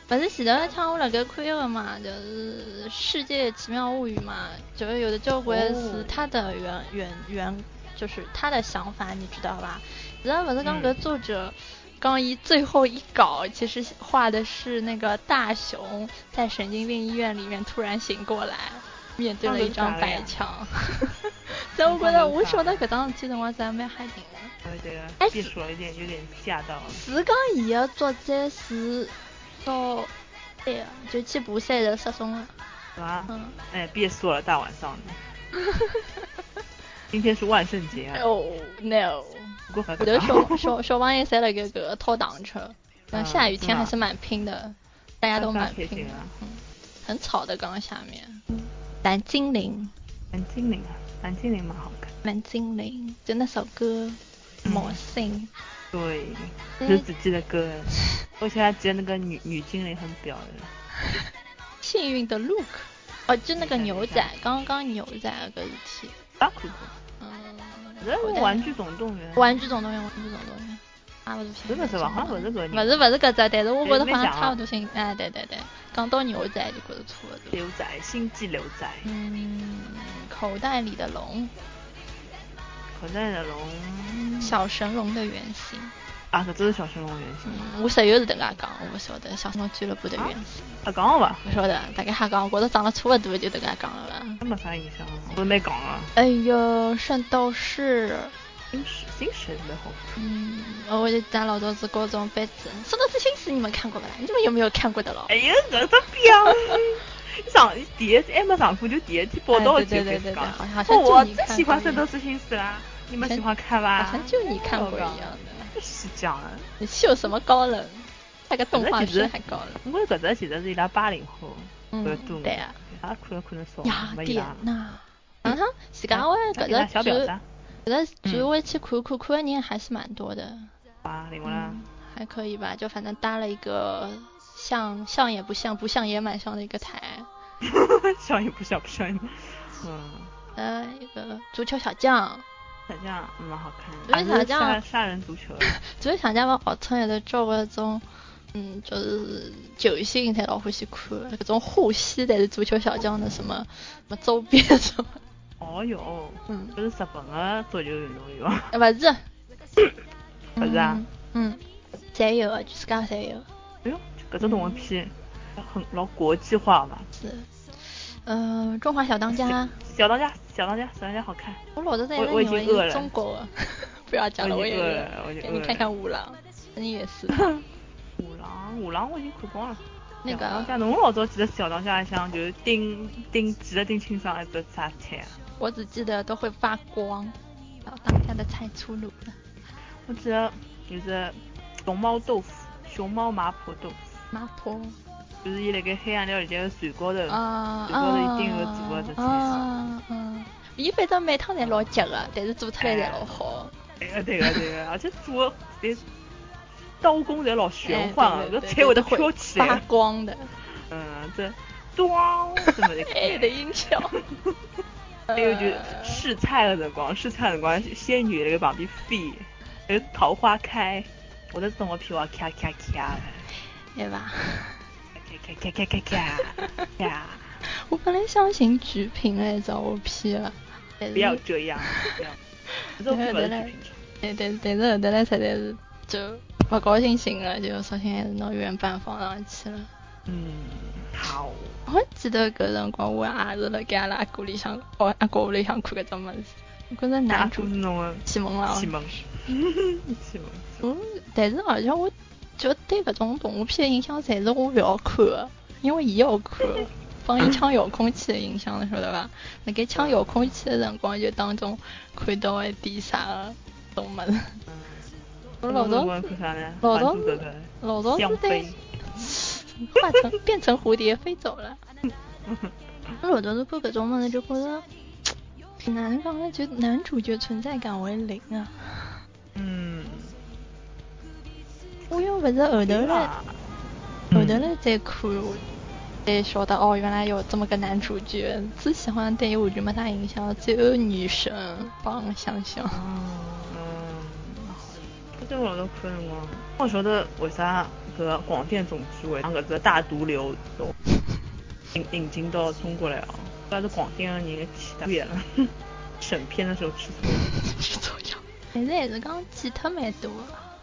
不是前头一趟我辣盖看一个嘛，就是《世界奇妙物语》嘛，就是有的交关是哦他的原、原原，就是他的想法，你知道吧？然后不是讲搿嗯作者。刚一最后一稿，其实画的是那个大熊在神经病医院里面突然醒过来，面对了一张白墙。 <laughs> 所以我觉得，我晓得搿档子辰光真蛮吓人的。而且哎变熟了一点，有点吓到了。是讲伊个作者是到对啊，就去爬山人失踪了。是吧？ <laughs> 嗯哎，别说了，大晚上的。今天是万圣节啊！哦 no！不过反后正头小小 <laughs> 小朋友侪辣盖搿个套糖车，嗯，嗯下雨天是还吧是蛮拼的，大家都蛮拼那啥开的心啊，嗯，很吵的刚下面。蓝精灵，蓝精灵啊，蓝精灵蛮好看。蓝精灵，就那首歌，嗯魔性，对，嗯就只记得歌，而且还记得那个女女精灵很表的，幸运的 look，哦，就那个等一下牛等一仔下，刚刚牛仔搿事体，大酷酷。嗯，那好是像玩具总动员。玩具总动员，玩具总动员，啊，不是真的是吧好像不是搿个不是不是搿只，但是我觉得好像没想啊差不多性，哎，对对对，讲到牛仔就觉得差不多。牛仔，星际牛仔，嗯，口袋里的龙，口袋的龙。小神龙的原型，啊，搿真是小神龙原型。嗯，我室友是迭个讲，我不晓得小神龙俱乐部的原型，啊，讲了伐？不晓得，大概瞎讲，我觉得长得差不多就迭个讲了吧。那没啥印象，我都没讲啊。哎哟，圣斗士，新石，新石蛮好看。嗯，我就咱老早子高中班子，圣斗士星矢你们看过不啦？你们有没有看过的咯？哎呀，搿只表，你上第一次还没上过，就第一天报道哎就对对开对始对对讲。好像就哦我你最看喜欢过《圣一斗样士星矢》啦，啊你好们像喜欢看吧？好像就你看过一样的。不是讲的。你是有什么高冷？那个动画其片实还高冷。我搿只其实是伊拉八零后，嗯搿多对啊，也看了看了少，雅没啊伊典拉。娜，嗯哼，自家我那伊拉搿小啊只表剧，达，搿只剧嗯我去看看看的人还是蛮多的，八零啦嗯，，还可以吧，就反正搭了一个像像也不像，不像也蛮像的一个台， <laughs> 像也不像，不像也不。嗯，呃，一个足球小将， <laughs> 小将蛮好看因为小的，还是将杀杀人 <laughs> 足球。足球小将嘛，号称有的交关种。嗯，就是球星才老欢喜看，搿种护膝才是足球小将的什么什么周边什么，哦哟，嗯，搿是日本的足球运动 <laughs> 员。啊，勿是，不是啊嗯，嗯，侪有啊，全世界侪有，哎哟，搿只嗯动画片很老国际化嘛。是，嗯、中华小当家，小当家，小当家，小当家好看。我老早在我那我以已经为饿是了中国的， <laughs> 不要讲了，我已也经饿了我已是，经给你饿了看看五郎，你也 <laughs> 是，五郎，五郎我已经看光了。那小当家，个侬老早记得小当家里向就是丁丁记得丁清爽一只啥菜啊？我只记得都会发光，小当家的菜出炉了，我记得有只熊猫豆腐，熊猫麻婆豆腐，麻婆就是伊辣盖黑暗料理店的船高头，啊最后一定有做过这啊菜啊啊！伊反正每趟侪老急个，但是做出来侪老哎好。对个哎对个对个，而且做的对刀工侪老玄幻哎啊，对搿对菜会得对对飘起发来，光的，嗯，这咚这么的 <laughs> 哎的音 <laughs> 效。还有哎就是试菜的辰光，试菜的辰光，仙女那个旁边飞，还有桃花开，我的动画片我咔咔咔对吧？咔咔咔咔咔咔，我本来想寻剧评来找我 P 了，但是不要这样，不要，这种片不是剧评上，但但但是后头来实在是就不高兴寻了，就索性还是拿原版放上去了。嗯，好，我记得搿辰光我也是辣盖阿拉阿哥里向，哦阿哥屋里向看搿只物事，我觉着男主是侬的启蒙了。启蒙，启蒙，啊嗯，但是而且我就对搿种动画片的影响，侪是我勿要看的，因为伊要看，帮伊抢遥控器的影响了，晓得伐？辣盖抢遥控器的辰光，就当中看到一点啥个动物事。嗯，我啊老早我看啥呢？老早还珠格格老早是香对妃， <laughs> 化成变成蝴蝶飞走了。我老早是看搿种物事，就觉着哪能讲呢？就男主角存在感为零啊。 <laughs> 嗯，我又勿是后头来。后头来再看，才晓得哦，原来有这么个男主角。之前好像对我就没啥印象，只有女神帮想想。嗯，记得我老早看辰光，我晓得为啥搿个广电总局会让搿只大毒瘤从引引进到中国来哦，主要是广电个人给气得了，审片的时候吃错了。 <laughs> 是这样。现在还是讲记脱蛮多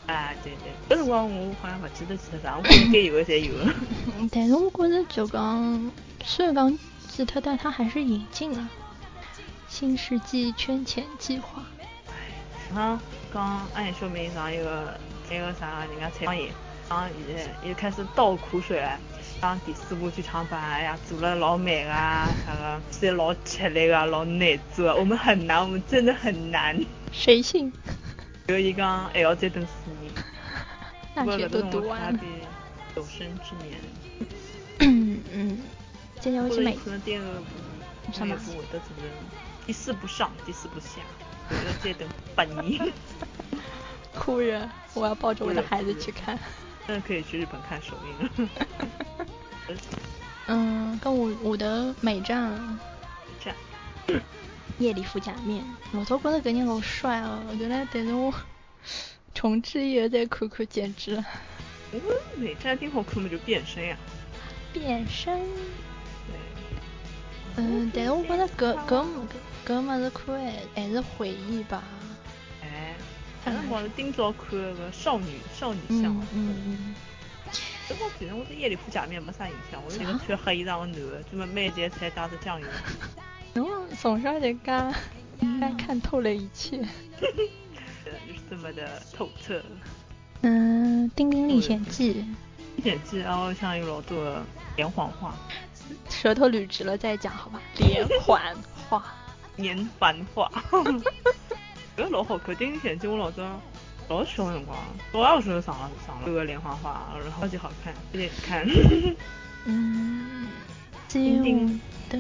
的，啊，对对，搿辰光我好像勿记得记得啥，我觉着该有的侪有的。嗯但是我觉着就讲，虽然讲记脱，但它还是引进了新世纪圈钱计划。好像讲安野秀明上一个一个啥人家采访伊，讲现在又开始倒苦水了，讲第四部剧场版，哎呀做了老美啊，啥个虽然老吃力啊，老难做啊，我们很难，我们真的很难。谁信？然后伊讲还要再等四年，大学都读完了。 <clears throat> 有生之年，嗯嗯，接下我来觉去得买有。可能第二部，什么第二部会得做成第四部上，第四部下，我要再等八年。哭着，我要抱着我的孩子去看。那可以去日本看首映了。嗯，跟我我的美战了这样，夜里服假面，老早觉得搿人老帅哦、原来但是我重置一个再看看，简直了，我美战丁浩根本就变身呀。变身。对，嗯，但是我觉得搿搿搿物事看还还是回忆吧。哎，反正光是今朝看个少女少女向嗯嘛。嗯嗯，不过其实我对夜里服假面没啥印象，我是一个穿黑衣裳的男的，专门每一节才打着酱油。侬从小就讲，应该看透了一切。对就是这么的透彻。嗯，《丁丁历险记》演技然后像有老多的连环画、舌头捋直了再讲好吧？连环画。连环画，搿老好看。《丁丁演技我老早老小的辰光，老二时候上了上了这个连环画，然后超级好看，最近看。嗯，只有的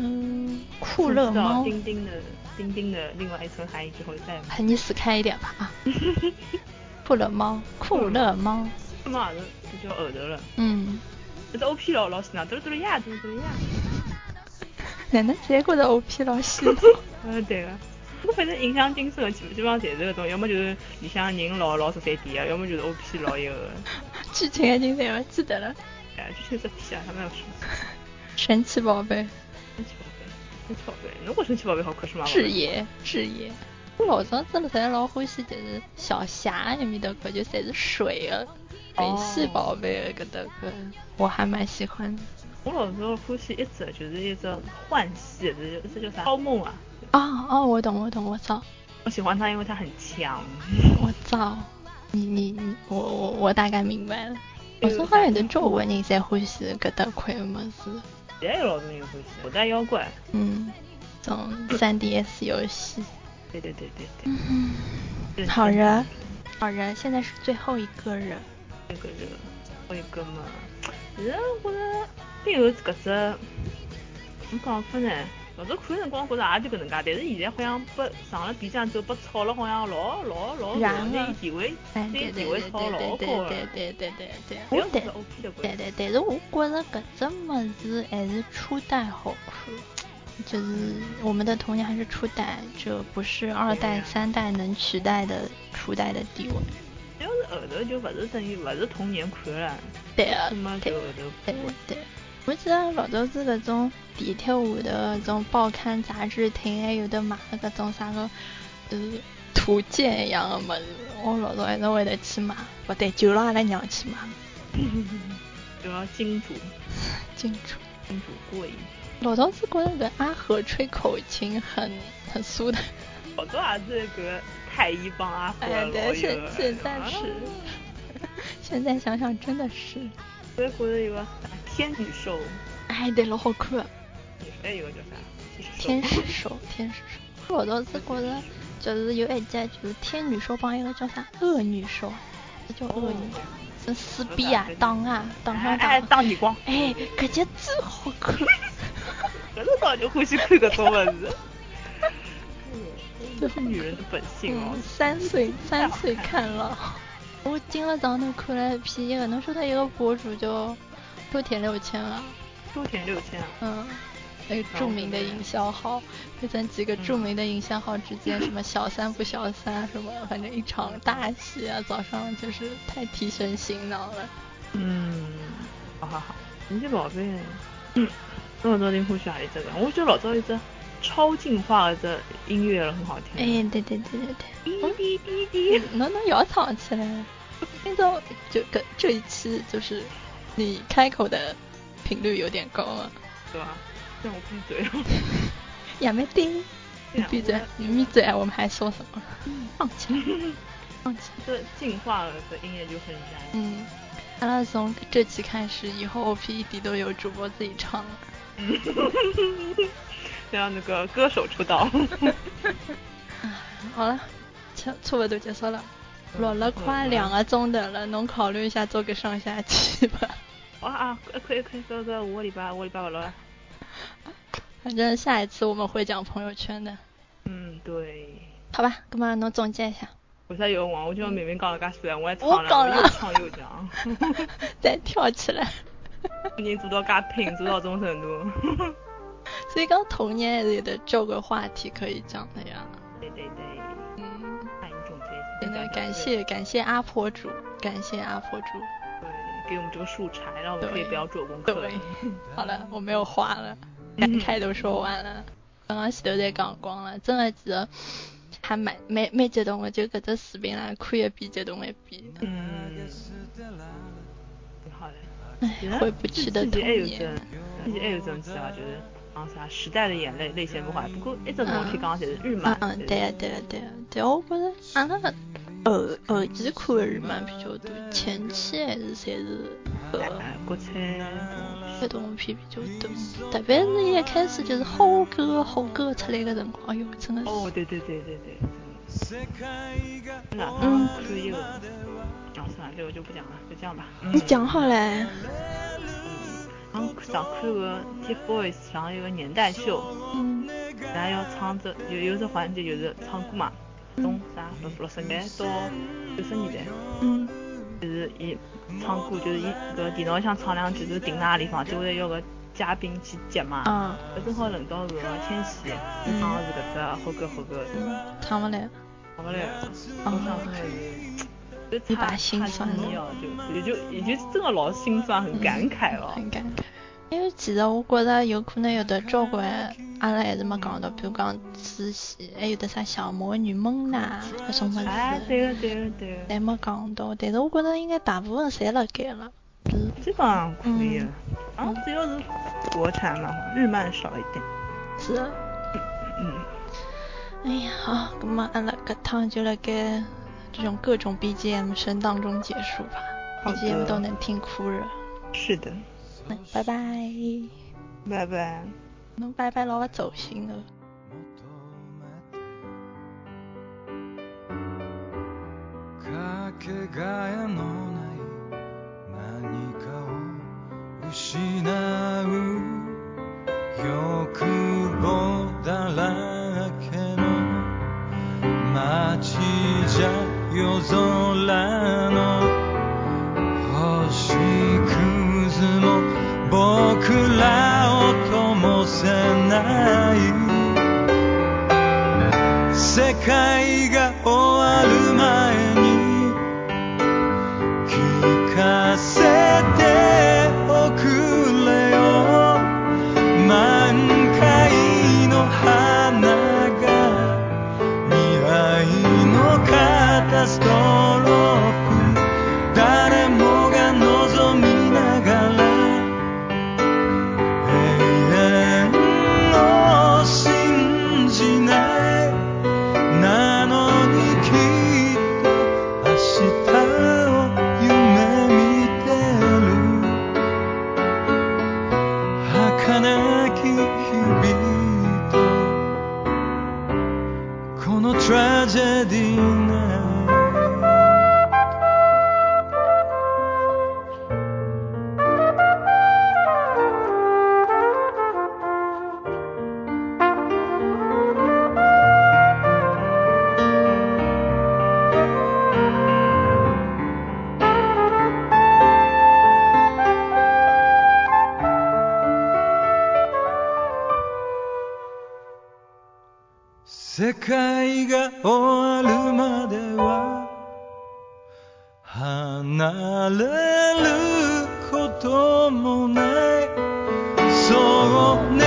酷乐知道猫，<laughs> 丁丁的丁丁的另外一层含义之后再买。喊你死开一点吧 <laughs> 啊！酷乐猫，酷乐猫，他 <laughs> 妈的，这就后头了。嗯，这 OP 老老死呢，都是都是呀，都是都是呀。哪能结果的 OP 老师？嗯，对个。我反正印象精深的基基本上侪是搿种，要么就是里向人老老十三点个，要么就是 OP 老一个。 <laughs> 剧情已经侪勿记得了。哎，这些是屁啊，他们要说。神奇宝贝，神奇宝贝，神奇宝贝，侬觉神奇宝贝好看是吗？志野，志野。我老早真的侪老欢喜，就是小霞埃面搭看，就侪是水的水系宝贝的搿搭看，我还蛮喜欢的。我老早欢喜一只，就是一只幻系，就是这叫啥？超梦啊！哦哦，我懂，我懂，我操。我喜欢它，因为它很强。我操！你你你，我我我大概明白了。我说好像有的中国人侪欢喜搿搭块物事，现在有老多人欢喜，古代妖怪。嗯，种 3DS 游戏。对对对对对。对好人，好人，现在是最后一个人。那个人，我一个嘛，其实我觉着并有搿只，怎么讲法呢？老早看辰光觉啊着也就搿能介，但是现在好像被上了 B 站之后被炒了，好像老老老燃那了地位，哎，那对地对位对炒老对对高了。对对对对对。不我要但是 OP 对的关系，对，但是我觉着搿只物事还哎是初代好看，就是嗯我们的童年还是初代，这不是二代、三代能取代的初代的地位。要是后头就勿是等于勿是童年看了，对啊那么，对就。后头对对，我记得老早子搿种地铁下头搿种报刊杂志亭，还有的买搿种啥个呃图鉴一样的物事，我老早一直会得去买，勿对，就让阿拉娘去买，就要金主清楚。金主过瘾。老早子觉得搿阿和吹口琴很很苏 <laughs> 的，老早也是搿太医帮阿和哎老，对，有现的现在是啊，现在想想真的是，我也觉着有个啥天女兽，哎，对，老好看。还有个叫啥？天使手，天使手。我老早子觉着就是有一集就是天女兽帮一个叫啥恶女兽，这叫恶女兽，哦真撕逼啊，打啊，打哎啊哎，打啊。打耳光，哎，搿集真好看。 <laughs> <laughs> 搿种早就欢喜看搿种物事。这是女人的本性哦嗯，。三岁三岁看了。 <laughs> 我今了早头看了一批，一个能说他一个博主就六点六千了，秋田六千啊，嗯，还有著名的营销号，会在几个著名的营销号之间，什么小三不小三，什么反正一嗯场大戏啊，早上就是太提神醒脑了。嗯，好好好，神奇宝贝，嗯，我老早挺欢喜阿里只个，我觉得老早有只超进化的只音乐很好听。哎，对对对对对，嗯嗯哔哔哔哔，侬侬要唱起来了。今早就跟这一期就是你开口的频率有点高啊。对吧？让我闭 <laughs> 嘴了。也没得，啊你闭嘴，你闭嘴，啊我们还说什么？嗯放弃， <laughs> 放弃。这进化了的音乐就很燃。嗯，阿拉从这期开始，以后 OP 一定都有主播自己唱了。嗯嗯 <laughs> 让那个歌手出 <laughs> 道。好了，差差不多结束了，嗯录了快两个钟头了，侬考虑一下做个上下期吧。 <laughs> 啊啊，可以可以，哥哥，我礼拜我礼拜五了。反正下一次我们会讲朋友圈的。嗯，对。好吧，那么侬总结一下。为啥有网？我就明明讲了噶死，我还唱我讲了，了又唱又讲。 <laughs> <laughs> 再跳起来。人做到噶拼，做到这种程度。 <laughs> 所以讲童年里的交关话题可以讲的呀。对对对，嗯，那你总结一下。真的讲嗯感讲谢感谢阿婆主，感谢阿婆主。对，给我们这个素材，让我们可以对不要做功课了对。， <laughs> 好了，我没有话 <laughs> 了，感慨都说完了，刚刚前头侪讲光了，真的其实还蛮蛮蛮激动的，就搿只视频啦，看一遍激动一遍，嗯，挺好的。唉其实，哎回不去的自童己还哎有年啊阵。，自己还有阵子啊，就是讲啥时代的眼泪，泪腺不坏。不过哎一直侬去讲侪是日漫嗯，嗯，对啊对啊对啊，对啊，我觉着阿拉个后后期看的日漫比较多，前期还是侪是呃哎国产这动片比较多，特别是一开始就是好歌好歌出来个辰光，哎哟，真的哦，是，对对对对对。哪嗯怕只有，啊，算了，这个就不讲了，就这样吧。你讲好嘞，俺想看个 TFBOYS 上有个年代秀，嗯然后要唱这有有只环节就是唱歌嘛，从啥六六十年代到九十年代，嗯。就是伊唱歌就是伊搿电脑里向唱两句，就是停哪个地方，就会要个嘉宾去接嘛。啊，搿正好轮到搿个千玺，伊唱的是搿只好歌好歌，嗯，唱不来，好不来，我想真的是。就一差把辛差酸劲哦，就也就也就真的老心酸，很感慨哦。很尴尬。因为其实我觉着有可能有的交关，阿拉还是没讲到，比如讲慈禧，还有的啥小魔女蒙娜搿种物哎，事，对个对个对个，侪没讲到。但是我觉着应该大部分侪辣盖了。嗯，基本上可以了。啊，主要是国产嘛，日漫少一点。是。嗯，哎呀，好，那么阿拉搿趟就辣盖这种各种 BGM 声当中结束吧好的，BGM 都能听哭了。是的，嗯拜拜，拜拜。侬拜拜老勿走心了。かけがえのない何かを失う欲望だらけの街じゃ夜空の星屑も僕らを灯せない世界が終わる前に界が終わるまでは離れることもないそうね